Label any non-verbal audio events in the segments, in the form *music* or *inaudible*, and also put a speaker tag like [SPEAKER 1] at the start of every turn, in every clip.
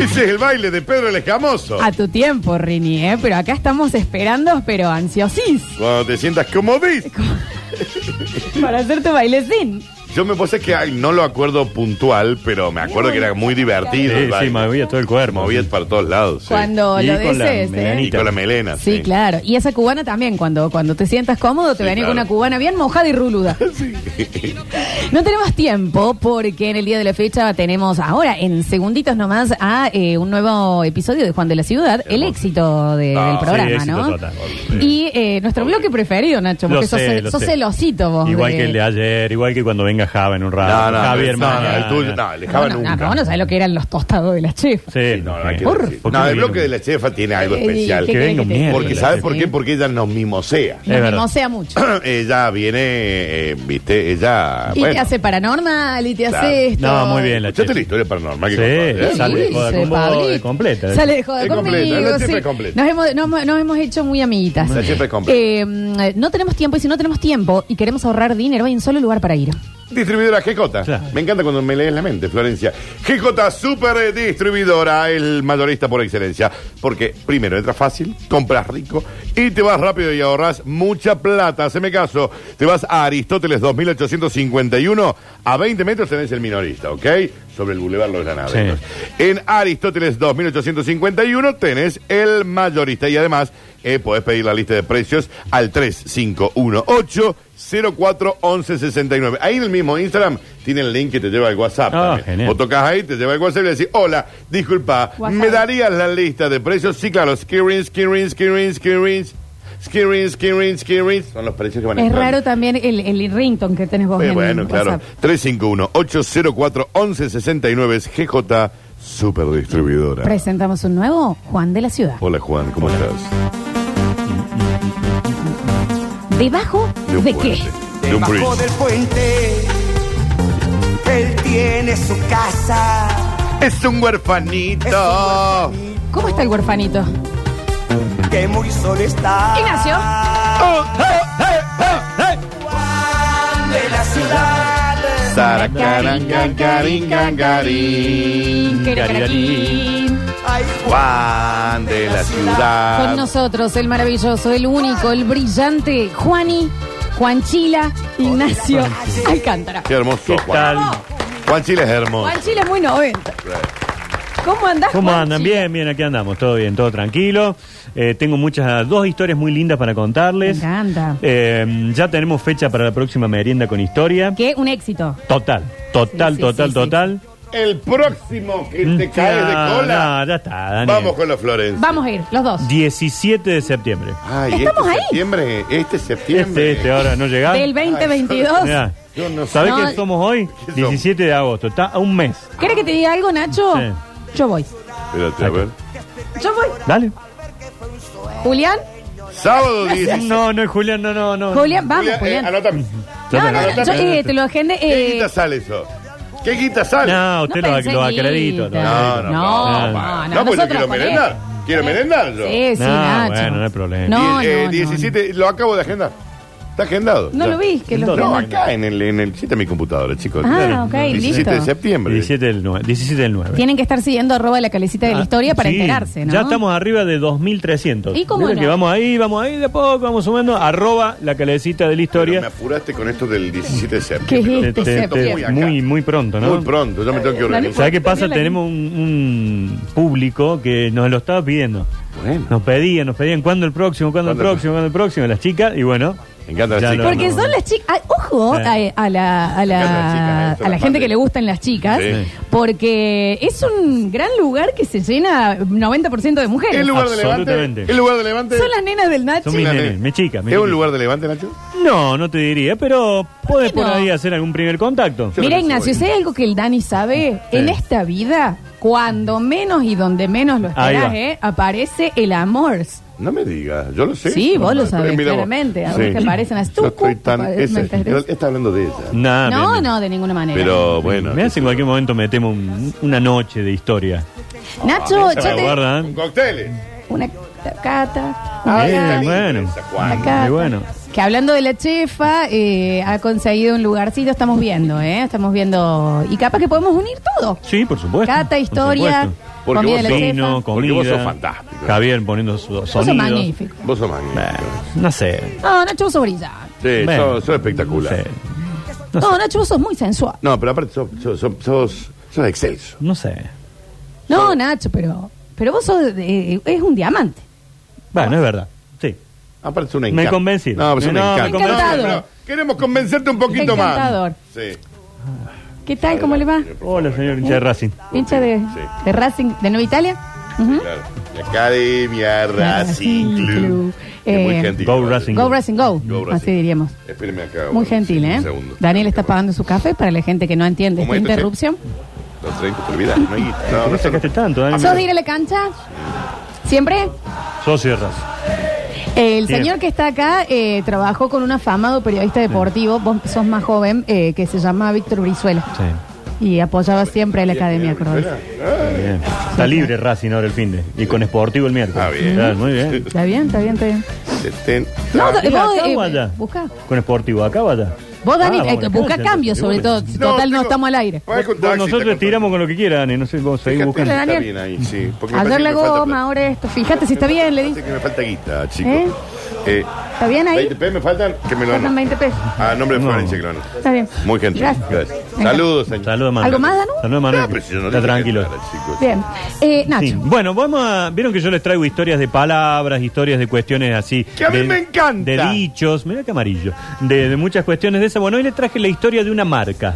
[SPEAKER 1] Ese es el baile de Pedro el Escamoso.
[SPEAKER 2] A tu tiempo, Rini, ¿eh? Pero acá estamos esperando, pero ansiosís.
[SPEAKER 1] Cuando te sientas como
[SPEAKER 2] *laughs*
[SPEAKER 1] vis.
[SPEAKER 2] Para hacer tu bailecín.
[SPEAKER 1] Yo me puse que ay, no lo acuerdo puntual, pero me acuerdo que era muy divertido. el
[SPEAKER 3] Sí, sí,
[SPEAKER 1] baile.
[SPEAKER 3] movía todo el cuerpo.
[SPEAKER 1] Movía para todos lados. sí.
[SPEAKER 2] Cuando
[SPEAKER 3] Y
[SPEAKER 2] lo
[SPEAKER 3] con la
[SPEAKER 2] desees, ¿eh?
[SPEAKER 1] Y con la
[SPEAKER 3] Ah,
[SPEAKER 1] melena.
[SPEAKER 2] Sí, claro. Y esa cubana también, cuando, cuando te sientas cómodo, te
[SPEAKER 1] Sí,
[SPEAKER 2] venía con
[SPEAKER 1] claro.
[SPEAKER 2] una cubana bien mojada y ruluda.
[SPEAKER 3] *laughs*
[SPEAKER 2] No tenemos tiempo porque en el día de la fecha tenemos ahora, en segunditos nomás, a eh, un nuevo episodio de Juan de la Ciudad, el
[SPEAKER 1] Hermoso.
[SPEAKER 2] éxito de-
[SPEAKER 1] Ah,
[SPEAKER 2] del
[SPEAKER 1] sí,
[SPEAKER 2] programa,
[SPEAKER 3] éxito
[SPEAKER 2] ¿no?
[SPEAKER 3] total.
[SPEAKER 2] Y eh, nuestro bloque preferido, Nacho,
[SPEAKER 3] Lo
[SPEAKER 2] porque sos,
[SPEAKER 3] sé, lo
[SPEAKER 2] sos
[SPEAKER 3] sé.
[SPEAKER 2] celosito vos.
[SPEAKER 3] Igual
[SPEAKER 2] de-
[SPEAKER 3] que el de ayer, igual que cuando venga Java en un rato.
[SPEAKER 1] No, no,
[SPEAKER 3] Javi,
[SPEAKER 1] no,
[SPEAKER 3] hermano.
[SPEAKER 1] no, el tuyo, no, el de Java
[SPEAKER 2] no, no,
[SPEAKER 1] nunca.
[SPEAKER 2] pero vos no sabés lo que eran los tostados de la chef.
[SPEAKER 3] Sí,
[SPEAKER 1] No, no,
[SPEAKER 3] sí.
[SPEAKER 1] hay que
[SPEAKER 2] Por-
[SPEAKER 1] decir.
[SPEAKER 3] ¿Por qué
[SPEAKER 1] No, el
[SPEAKER 3] vino?
[SPEAKER 1] bloque de la chefa tiene algo
[SPEAKER 2] Eh, ¿y
[SPEAKER 1] especial.
[SPEAKER 2] qué
[SPEAKER 3] Que
[SPEAKER 2] querés
[SPEAKER 3] venga un
[SPEAKER 2] te diga?
[SPEAKER 3] miércoles.
[SPEAKER 1] Porque, ¿sabes por
[SPEAKER 2] Sí.
[SPEAKER 1] qué? Porque ella nos mimosea.
[SPEAKER 3] Es verdad.
[SPEAKER 2] No sea mucho.
[SPEAKER 1] *clears throat* ella viene, eh, viste, ella.
[SPEAKER 2] Y te
[SPEAKER 1] bueno,
[SPEAKER 2] hace paranormal, y te
[SPEAKER 1] Claro.
[SPEAKER 2] hace esto.
[SPEAKER 3] Ah, No, muy bien la
[SPEAKER 1] escuchaste
[SPEAKER 3] chef.
[SPEAKER 1] la historia paranormal que
[SPEAKER 3] Sí,
[SPEAKER 1] contó, ¿eh?
[SPEAKER 2] Sí,
[SPEAKER 3] sale de joda
[SPEAKER 2] dice
[SPEAKER 3] con vos,
[SPEAKER 2] Pablito.
[SPEAKER 3] de completa.
[SPEAKER 2] Sale de joda
[SPEAKER 1] Es
[SPEAKER 2] conmigo,
[SPEAKER 1] completa, la chefa
[SPEAKER 2] sí.
[SPEAKER 1] es completa.
[SPEAKER 2] Nos hemos, nos- nos hemos hecho muy amiguitas.
[SPEAKER 1] La chefa es completa.
[SPEAKER 2] Eh, mm, no tenemos tiempo y si no tenemos tiempo y queremos ahorrar dinero, hay un solo lugar para ir.
[SPEAKER 1] Distribuidora GJ.
[SPEAKER 3] Claro.
[SPEAKER 1] Me encanta cuando me lees la mente, Florencia. GJ Super Distribuidora, el mayorista por excelencia. Porque primero entras fácil, compras rico y te vas rápido y ahorras mucha plata. Haceme caso, te vas a Aristóteles 2851, a 20 metros tenés el minorista, ¿ok? Sobre el Boulevard Los Granaderos. En Aristóteles 2851 tenés el mayorista y además eh, podés pedir la lista de precios al 3518 041169. Ahí en el mismo Instagram tiene el link que te lleva al WhatsApp.
[SPEAKER 3] Ah,
[SPEAKER 1] también.
[SPEAKER 3] genial.
[SPEAKER 1] Vos tocas ahí, te lleva al WhatsApp y le decís, hola, disculpa,
[SPEAKER 2] WhatsApp.
[SPEAKER 1] ¿me darías la lista de precios? Sí, claro, skirrings, skirrings, skirrings, skirrings, skirrings, skirrings, skirrings. Son los precios que van a
[SPEAKER 2] Es raro también el, el rington que tenés vos en
[SPEAKER 1] Eh, bueno, claro.
[SPEAKER 2] WhatsApp.
[SPEAKER 1] 351-804-1169 es GJ Super Distribuidora.
[SPEAKER 2] Presentamos un nuevo Juan de la Ciudad.
[SPEAKER 1] Hola Juan, ¿cómo estás?
[SPEAKER 2] ¿Debajo
[SPEAKER 1] un
[SPEAKER 2] de qué?
[SPEAKER 1] puente, De un
[SPEAKER 4] Debajo
[SPEAKER 1] bridge.
[SPEAKER 4] del puente, él tiene su casa.
[SPEAKER 1] Es un
[SPEAKER 4] Es
[SPEAKER 1] huerfanito.
[SPEAKER 4] un
[SPEAKER 2] ¿Cómo está el huerfanito?
[SPEAKER 4] huerfanito que muy solo está.
[SPEAKER 2] Ignacio.
[SPEAKER 1] Oh, hey, hey, hey, hey.
[SPEAKER 4] Juan de la ciudad.
[SPEAKER 1] Saracaran, can, carin, can, carin.
[SPEAKER 2] Queracaraquín.
[SPEAKER 4] Ay,
[SPEAKER 1] Juan de la
[SPEAKER 3] Ah.
[SPEAKER 2] Con
[SPEAKER 1] ciudad.
[SPEAKER 2] nosotros el maravilloso, el único, el brillante Juani, Juanchila, Ignacio Alcántara.
[SPEAKER 1] Qué hermoso,
[SPEAKER 3] ¿Qué
[SPEAKER 1] Juan.
[SPEAKER 3] tal?
[SPEAKER 1] Juan Chile es hermoso.
[SPEAKER 2] Juanchila es muy 90. ¿Cómo andás?
[SPEAKER 3] ¿Cómo
[SPEAKER 2] Juanchi?
[SPEAKER 3] andan? Bien, bien, aquí andamos, todo bien, todo tranquilo. Eh, tengo muchas, dos historias muy lindas para contarles.
[SPEAKER 2] Me encanta.
[SPEAKER 3] Eh, ya tenemos fecha para la próxima merienda con historia.
[SPEAKER 2] Qué un éxito.
[SPEAKER 3] Total, total,
[SPEAKER 2] Sí, sí,
[SPEAKER 3] total,
[SPEAKER 2] sí, sí.
[SPEAKER 3] total.
[SPEAKER 1] El próximo que te
[SPEAKER 3] Mm,
[SPEAKER 1] cae de
[SPEAKER 3] ya,
[SPEAKER 1] cola.
[SPEAKER 3] no, ya está, Daniel.
[SPEAKER 1] Vamos con los Florencia.
[SPEAKER 2] Vamos a ir, los dos.
[SPEAKER 3] 17 de septiembre.
[SPEAKER 1] Ay,
[SPEAKER 2] Estamos
[SPEAKER 1] este
[SPEAKER 2] ahí.
[SPEAKER 1] septiembre, este septiembre.
[SPEAKER 3] Este, este, ahora no llegamos.
[SPEAKER 2] Del 2022.
[SPEAKER 3] Mirá,
[SPEAKER 1] Yo no sé.
[SPEAKER 3] ¿Sabés
[SPEAKER 2] No,
[SPEAKER 3] qué somos hoy?
[SPEAKER 1] ¿Qué somos?
[SPEAKER 3] 17 de agosto, está a un mes.
[SPEAKER 2] ¿Quieres que te diga algo, Nacho?
[SPEAKER 3] Sí.
[SPEAKER 2] Yo voy.
[SPEAKER 1] Espérate, a ver.
[SPEAKER 2] Yo voy.
[SPEAKER 3] Dale.
[SPEAKER 2] Julián,
[SPEAKER 1] Sábado 10.
[SPEAKER 3] No, no es Julián, no, no, no.
[SPEAKER 2] Julián, vamos,
[SPEAKER 1] Julia, eh,
[SPEAKER 2] Julián.
[SPEAKER 1] anotame.
[SPEAKER 2] No, no, no,
[SPEAKER 1] anotame,
[SPEAKER 2] yo,
[SPEAKER 1] anotame.
[SPEAKER 2] eh, te lo agendé.
[SPEAKER 1] ¿Qué
[SPEAKER 2] Eh,
[SPEAKER 1] guita sale eso? ¿Qué guita sale?
[SPEAKER 3] No, usted
[SPEAKER 2] No
[SPEAKER 3] lo,
[SPEAKER 2] pensé
[SPEAKER 3] lo
[SPEAKER 2] en
[SPEAKER 3] acredito. lo
[SPEAKER 2] guita.
[SPEAKER 1] no, no.
[SPEAKER 3] acredito.
[SPEAKER 2] No,
[SPEAKER 1] No, no,
[SPEAKER 2] no, no,
[SPEAKER 1] pues yo
[SPEAKER 2] nosotros
[SPEAKER 1] quiero
[SPEAKER 2] con él.
[SPEAKER 1] merendar. Quiero merendar yo.
[SPEAKER 2] Sí, sí,
[SPEAKER 3] No,
[SPEAKER 2] Nacho.
[SPEAKER 3] bueno, no hay problema.
[SPEAKER 2] No,
[SPEAKER 1] Die- eh,
[SPEAKER 2] no, no,
[SPEAKER 1] 17, lo acabo de agendar. Está agendado.
[SPEAKER 2] No
[SPEAKER 1] Ya.
[SPEAKER 2] lo vi, que lo
[SPEAKER 3] No,
[SPEAKER 1] No,
[SPEAKER 2] agendé.
[SPEAKER 1] acá en el, en el sitio de mi computadora, chicos.
[SPEAKER 2] Ah, ok,
[SPEAKER 1] 17
[SPEAKER 2] listo.
[SPEAKER 1] de septiembre.
[SPEAKER 3] 17 del 9. 17 del 9.
[SPEAKER 2] Tienen que estar siguiendo arroba la calecita de la historia para
[SPEAKER 3] Ah, Sí,
[SPEAKER 2] enterarse, ¿no?
[SPEAKER 3] Ya estamos arriba de 2.300.
[SPEAKER 2] ¿Y cómo
[SPEAKER 3] Mira
[SPEAKER 2] no?
[SPEAKER 3] que vamos ahí, vamos ahí, de a poco vamos sumando. Arroba la calecita de la
[SPEAKER 1] Pero me
[SPEAKER 3] historia.
[SPEAKER 1] apuraste con esto del 17 de
[SPEAKER 2] ¿Qué es
[SPEAKER 1] septiembre.
[SPEAKER 3] Te-
[SPEAKER 2] este
[SPEAKER 3] te- te-
[SPEAKER 1] Estoy muy
[SPEAKER 2] septiembre?
[SPEAKER 1] acá.
[SPEAKER 3] muy, muy pronto, ¿no?
[SPEAKER 1] Muy pronto, yo me tengo que
[SPEAKER 3] ¿Sabes
[SPEAKER 1] organizar.
[SPEAKER 3] qué pasa?
[SPEAKER 2] Daniel,
[SPEAKER 3] Tenemos un, un público que nos lo estaba pidiendo.
[SPEAKER 1] Bueno.
[SPEAKER 3] Nos pedían, nos pedían cuándo el próximo, cuándo el
[SPEAKER 1] ¿Cuándo?
[SPEAKER 3] próximo, cuándo el próximo, las chicas, y bueno.
[SPEAKER 1] Me encantan las
[SPEAKER 3] Ya
[SPEAKER 1] chicas.
[SPEAKER 3] lo-
[SPEAKER 2] Porque
[SPEAKER 3] no,
[SPEAKER 2] son las chicas. ah, Ojo a,
[SPEAKER 3] Sí.
[SPEAKER 2] a la,
[SPEAKER 1] Me
[SPEAKER 2] a la-
[SPEAKER 1] encantan las chicas, eh, son
[SPEAKER 2] a la
[SPEAKER 1] las
[SPEAKER 2] gente
[SPEAKER 1] madres.
[SPEAKER 2] que le gustan las chicas,
[SPEAKER 1] Sí.
[SPEAKER 2] porque es un gran lugar que se llena 90% de mujeres.
[SPEAKER 1] ¿El lugar de Levante?
[SPEAKER 3] Absolutamente.
[SPEAKER 1] ¿El lugar de Levante?
[SPEAKER 2] Son las nenas del Nachi.
[SPEAKER 3] Son mis
[SPEAKER 1] Chicas,
[SPEAKER 3] nenes,
[SPEAKER 1] eh.
[SPEAKER 3] mis chicas. mis
[SPEAKER 1] ¿Es un
[SPEAKER 3] chicas.
[SPEAKER 1] lugar de Levante, Nacho?
[SPEAKER 3] No, no te diría, pero podés
[SPEAKER 2] qué
[SPEAKER 3] por
[SPEAKER 2] no?
[SPEAKER 3] ahí hacer algún primer contacto.
[SPEAKER 1] Yo
[SPEAKER 2] Mira,
[SPEAKER 1] creo que sí
[SPEAKER 2] Ignacio, si
[SPEAKER 1] voy.
[SPEAKER 2] hay algo que el Dani sabe,
[SPEAKER 3] Sí.
[SPEAKER 2] en esta vida, cuando menos y donde menos lo
[SPEAKER 3] Ahí
[SPEAKER 2] esperás,
[SPEAKER 3] va.
[SPEAKER 2] eh, aparece el amor.
[SPEAKER 1] No me digas, yo lo sé.
[SPEAKER 2] Sí, vos lo sabés,
[SPEAKER 1] Eh, mira vos.
[SPEAKER 2] claramente. A vos te parecen así,
[SPEAKER 1] Yo estoy tan-
[SPEAKER 2] ¿me
[SPEAKER 1] ese-
[SPEAKER 2] entendés?
[SPEAKER 1] yo- está hablando de ella.
[SPEAKER 3] Nah,
[SPEAKER 2] no,
[SPEAKER 3] Ah, bien, Oh, bien.
[SPEAKER 2] no, de ninguna manera.
[SPEAKER 1] Pero bueno.
[SPEAKER 3] Me hace en cualquier momento metemos un- una noche de historia.
[SPEAKER 2] Nacho,
[SPEAKER 3] Se
[SPEAKER 2] yo
[SPEAKER 3] la
[SPEAKER 2] te.
[SPEAKER 3] guardan.
[SPEAKER 1] Un cócteles.
[SPEAKER 2] Una cata.
[SPEAKER 3] Ah,
[SPEAKER 2] una
[SPEAKER 3] bien,
[SPEAKER 2] cata.
[SPEAKER 3] bueno.
[SPEAKER 1] Esa, Juan.
[SPEAKER 2] Acá.
[SPEAKER 3] Y Ah, bueno.
[SPEAKER 2] Que hablando de la chefa, eh, ha conseguido un lugarcito, estamos viendo, ¿eh? Estamos viendo. Y capaz que podemos unir todo.
[SPEAKER 3] Sí, por supuesto.
[SPEAKER 2] Cata,
[SPEAKER 3] por
[SPEAKER 2] historia,
[SPEAKER 3] supuesto.
[SPEAKER 1] Porque
[SPEAKER 2] Comida
[SPEAKER 1] vos
[SPEAKER 2] de
[SPEAKER 1] sos,
[SPEAKER 2] la chefa.
[SPEAKER 3] Vino,
[SPEAKER 1] porque
[SPEAKER 3] comida.
[SPEAKER 1] vos sos fantástico.
[SPEAKER 3] Javier poniendo su
[SPEAKER 2] Vos sos
[SPEAKER 3] sonido.
[SPEAKER 2] magnífico.
[SPEAKER 1] Vos sos magnífico.
[SPEAKER 3] No sé.
[SPEAKER 2] No, Nacho, vos sos brillante.
[SPEAKER 1] Sí,
[SPEAKER 3] Bueno.
[SPEAKER 1] sos, sos espectacular.
[SPEAKER 3] No sé.
[SPEAKER 2] No, Nacho, vos sos muy sensual.
[SPEAKER 1] No, pero aparte sos, sos, sos, sos- sos excelso.
[SPEAKER 3] No sé.
[SPEAKER 2] No, Nacho, pero, pero vos sos, eh, es un diamante.
[SPEAKER 3] Bueno, es verdad. Sí.
[SPEAKER 1] Aparte es un
[SPEAKER 3] Me
[SPEAKER 1] encanto.
[SPEAKER 3] convencí.
[SPEAKER 1] No, pero es un
[SPEAKER 3] No, me
[SPEAKER 1] encanto.
[SPEAKER 2] convencí.
[SPEAKER 1] No, pero queremos convencerte un poquito
[SPEAKER 2] Encantador.
[SPEAKER 1] más. Sí.
[SPEAKER 2] ¿Qué tal? ¿Cómo le va?
[SPEAKER 3] Hola, señor hincha de Racing.
[SPEAKER 2] Hincha de,
[SPEAKER 1] Sí.
[SPEAKER 2] de Racing de Nueva Italia. Ujú.
[SPEAKER 1] Claro. La Academia Racing
[SPEAKER 2] Racing
[SPEAKER 1] Club.
[SPEAKER 2] Club.
[SPEAKER 1] Es muy
[SPEAKER 2] Eh,
[SPEAKER 1] gentil.
[SPEAKER 3] Go Racing.
[SPEAKER 2] Go Racing Go,
[SPEAKER 1] Go Racing.
[SPEAKER 2] así diríamos.
[SPEAKER 1] Espéreme acá.
[SPEAKER 2] Muy
[SPEAKER 1] bueno,
[SPEAKER 2] gentil,
[SPEAKER 1] sí, un
[SPEAKER 2] ¿eh?
[SPEAKER 1] segundo.
[SPEAKER 2] Daniel está
[SPEAKER 1] Espérame
[SPEAKER 2] pagando su café para la gente que no entiende
[SPEAKER 1] ¿Cómo
[SPEAKER 2] esta
[SPEAKER 1] esto, che?
[SPEAKER 2] interrupción.
[SPEAKER 1] que- Los 30 te olvidas.
[SPEAKER 2] *laughs*
[SPEAKER 1] No, hay- no,
[SPEAKER 3] No
[SPEAKER 1] no,
[SPEAKER 3] sacaste
[SPEAKER 1] no.
[SPEAKER 3] tanto, ¿eh? Dani.
[SPEAKER 2] ¿Sos de ir a la cancha? ¿Siempre?
[SPEAKER 3] Socio de Racing.
[SPEAKER 2] El
[SPEAKER 3] Bien.
[SPEAKER 2] señor que está acá eh, trabajó con un afamado periodista deportivo, vos sos más joven, eh, que se llama Víctor Brizuela.
[SPEAKER 3] Sí.
[SPEAKER 2] Y apoyaba siempre a la academia, Cordobesa.
[SPEAKER 3] Bien. Está libre Racing ahora el fin de. Y con Sportivo el miércoles.
[SPEAKER 1] Ah, bien.
[SPEAKER 3] Claro, muy bien.
[SPEAKER 2] Está bien, está bien, está bien.
[SPEAKER 1] 70.
[SPEAKER 2] No,
[SPEAKER 3] ¿Acá
[SPEAKER 2] eh, vos, eh,
[SPEAKER 3] o allá?
[SPEAKER 2] busca.
[SPEAKER 3] Con Sportivo, acá o allá.
[SPEAKER 2] Vos, Dani,
[SPEAKER 3] Ah,
[SPEAKER 2] eh,
[SPEAKER 3] vamos,
[SPEAKER 2] busca
[SPEAKER 3] entonces,
[SPEAKER 2] cambios, sobre todo.
[SPEAKER 3] bueno.
[SPEAKER 2] si Total, no
[SPEAKER 1] tengo-
[SPEAKER 2] estamos al aire.
[SPEAKER 1] Pagué con
[SPEAKER 3] Vos-
[SPEAKER 1] taxi,
[SPEAKER 3] nosotros
[SPEAKER 1] está
[SPEAKER 3] tiramos con lo que quiera, Dani. No sé cómo seguís
[SPEAKER 1] Fíjate,
[SPEAKER 3] buscando.
[SPEAKER 1] Está
[SPEAKER 2] Daniel.
[SPEAKER 1] bien ahí, sí. porque me
[SPEAKER 2] Ayer
[SPEAKER 1] parece
[SPEAKER 2] la
[SPEAKER 1] que me falta
[SPEAKER 2] goma,
[SPEAKER 1] plata.
[SPEAKER 2] ahora esto. Fíjate si está bien, le
[SPEAKER 1] Parece
[SPEAKER 2] dije.
[SPEAKER 1] que me falta guita, chico.
[SPEAKER 2] ¿Eh?
[SPEAKER 1] Eh,
[SPEAKER 2] ¿Está bien ahí?
[SPEAKER 1] 20 pesos me faltan, que me lo
[SPEAKER 2] Faltan 20 pesos.
[SPEAKER 1] A nombre de
[SPEAKER 3] No.
[SPEAKER 1] Florencia Clon.
[SPEAKER 2] Está bien.
[SPEAKER 1] Muy gentil.
[SPEAKER 2] Gracias.
[SPEAKER 1] Gracias.
[SPEAKER 2] Venga.
[SPEAKER 1] Saludos, señor.
[SPEAKER 3] Saludos, Manuel.
[SPEAKER 2] ¿Algo más, Danu?
[SPEAKER 3] Saludos,
[SPEAKER 1] Ah,
[SPEAKER 3] Manuel.
[SPEAKER 1] pero si yo no
[SPEAKER 3] Está
[SPEAKER 1] dije
[SPEAKER 3] tranquilo.
[SPEAKER 1] nada, chicos.
[SPEAKER 2] Bien. Eh, Nacho.
[SPEAKER 3] Sí. Bueno, vamos a. Vieron que yo les traigo historias de palabras, historias de cuestiones así.
[SPEAKER 1] Que a mí
[SPEAKER 3] de-
[SPEAKER 1] me encanta.
[SPEAKER 3] De dichos, mira que amarillo. De, de muchas cuestiones de esas. Bueno, hoy les traje la historia de una marca.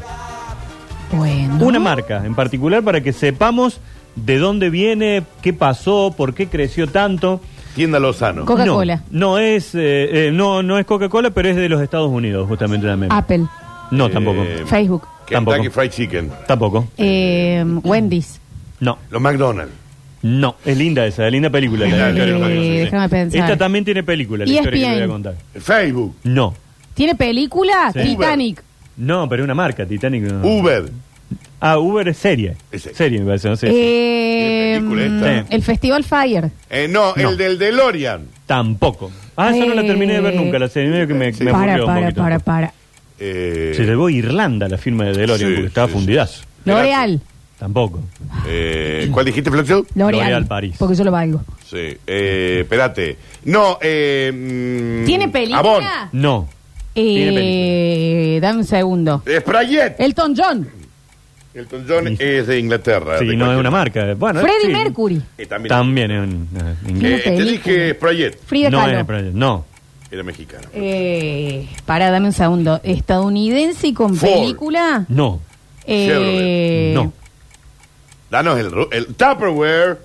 [SPEAKER 2] Bueno.
[SPEAKER 3] Una marca en particular para que sepamos de dónde viene, qué pasó, por qué creció tanto.
[SPEAKER 1] Tienda Lozano.
[SPEAKER 2] Co- Coca-Cola.
[SPEAKER 3] No, no es, eh, eh, no, no es Coca-Cola, pero es de los Estados Unidos, justamente también.
[SPEAKER 2] Apple,
[SPEAKER 3] No, tampoco.
[SPEAKER 1] Eh,
[SPEAKER 2] Facebook,
[SPEAKER 1] Kentucky
[SPEAKER 3] Tampoco.
[SPEAKER 1] Fried Chicken.
[SPEAKER 3] Tampoco.
[SPEAKER 2] eh, Wendy's.
[SPEAKER 3] No.
[SPEAKER 1] Los McDonald's.
[SPEAKER 3] No, es linda esa, es linda película.
[SPEAKER 1] Eh,
[SPEAKER 3] La historia de
[SPEAKER 1] déjame
[SPEAKER 3] Coca-Cola,
[SPEAKER 2] pensar.
[SPEAKER 3] Esta también tiene película, la historia que te voy a
[SPEAKER 2] ESPN.
[SPEAKER 3] contar.
[SPEAKER 1] Facebook.
[SPEAKER 3] No,
[SPEAKER 2] ¿Tiene película?
[SPEAKER 3] Sí.
[SPEAKER 2] Titanic.
[SPEAKER 3] no, pero una marca, Titanic. no.
[SPEAKER 1] Uber.
[SPEAKER 3] Ah, Uber es serie.
[SPEAKER 1] Es serie.
[SPEAKER 3] Serie, me parece, no sé.
[SPEAKER 2] Eh,
[SPEAKER 1] Tiene película
[SPEAKER 3] esta.
[SPEAKER 2] mm, El Festival Fire.
[SPEAKER 1] Eh, no,
[SPEAKER 3] No.
[SPEAKER 1] el del DeLorean.
[SPEAKER 3] Tampoco. Ah, esa no la terminé de ver nunca, la serie, medio que me, me
[SPEAKER 2] eh, para,
[SPEAKER 3] aburrió un
[SPEAKER 2] para,
[SPEAKER 3] poquito.
[SPEAKER 2] para, para.
[SPEAKER 1] Eh,
[SPEAKER 3] Se llevó a Irlanda la firma de DeLorean
[SPEAKER 1] Sí,
[SPEAKER 3] porque estaba
[SPEAKER 1] sí, sí.
[SPEAKER 3] fundidazo.
[SPEAKER 2] L'Oreal.
[SPEAKER 3] Tampoco.
[SPEAKER 1] eh, ¿Cuál dijiste, Floxio?
[SPEAKER 2] L'Oreal.
[SPEAKER 3] L'Oreal París.
[SPEAKER 2] Porque yo lo valgo.
[SPEAKER 1] Sí. Eh, espérate. No, eh. mm,
[SPEAKER 2] ¿Tiene película?
[SPEAKER 1] Avon.
[SPEAKER 3] No. Tiene
[SPEAKER 2] Eh, dame un segundo.
[SPEAKER 1] Sprayette.
[SPEAKER 2] Elton John.
[SPEAKER 1] Elton John
[SPEAKER 3] Sí.
[SPEAKER 1] es de Inglaterra. Ah, de
[SPEAKER 3] Sí, no es
[SPEAKER 1] cualquier-
[SPEAKER 3] una marca. Bueno,
[SPEAKER 2] Freddie
[SPEAKER 3] sí.
[SPEAKER 2] Mercury.
[SPEAKER 1] Eh, también.
[SPEAKER 3] También es un eh,
[SPEAKER 1] Eh,
[SPEAKER 3] inglés.
[SPEAKER 2] Tiene
[SPEAKER 1] te
[SPEAKER 2] película.
[SPEAKER 1] dije Sprayette.
[SPEAKER 2] Frida
[SPEAKER 3] no
[SPEAKER 2] Kahlo.
[SPEAKER 3] es Brian, no.
[SPEAKER 1] Era mexicano.
[SPEAKER 2] Eh, para, dame un segundo. Estadounidense y con
[SPEAKER 1] Ford.
[SPEAKER 2] película.
[SPEAKER 3] No.
[SPEAKER 2] Eh,
[SPEAKER 3] No.
[SPEAKER 1] Danos el, ru- el Tupperware.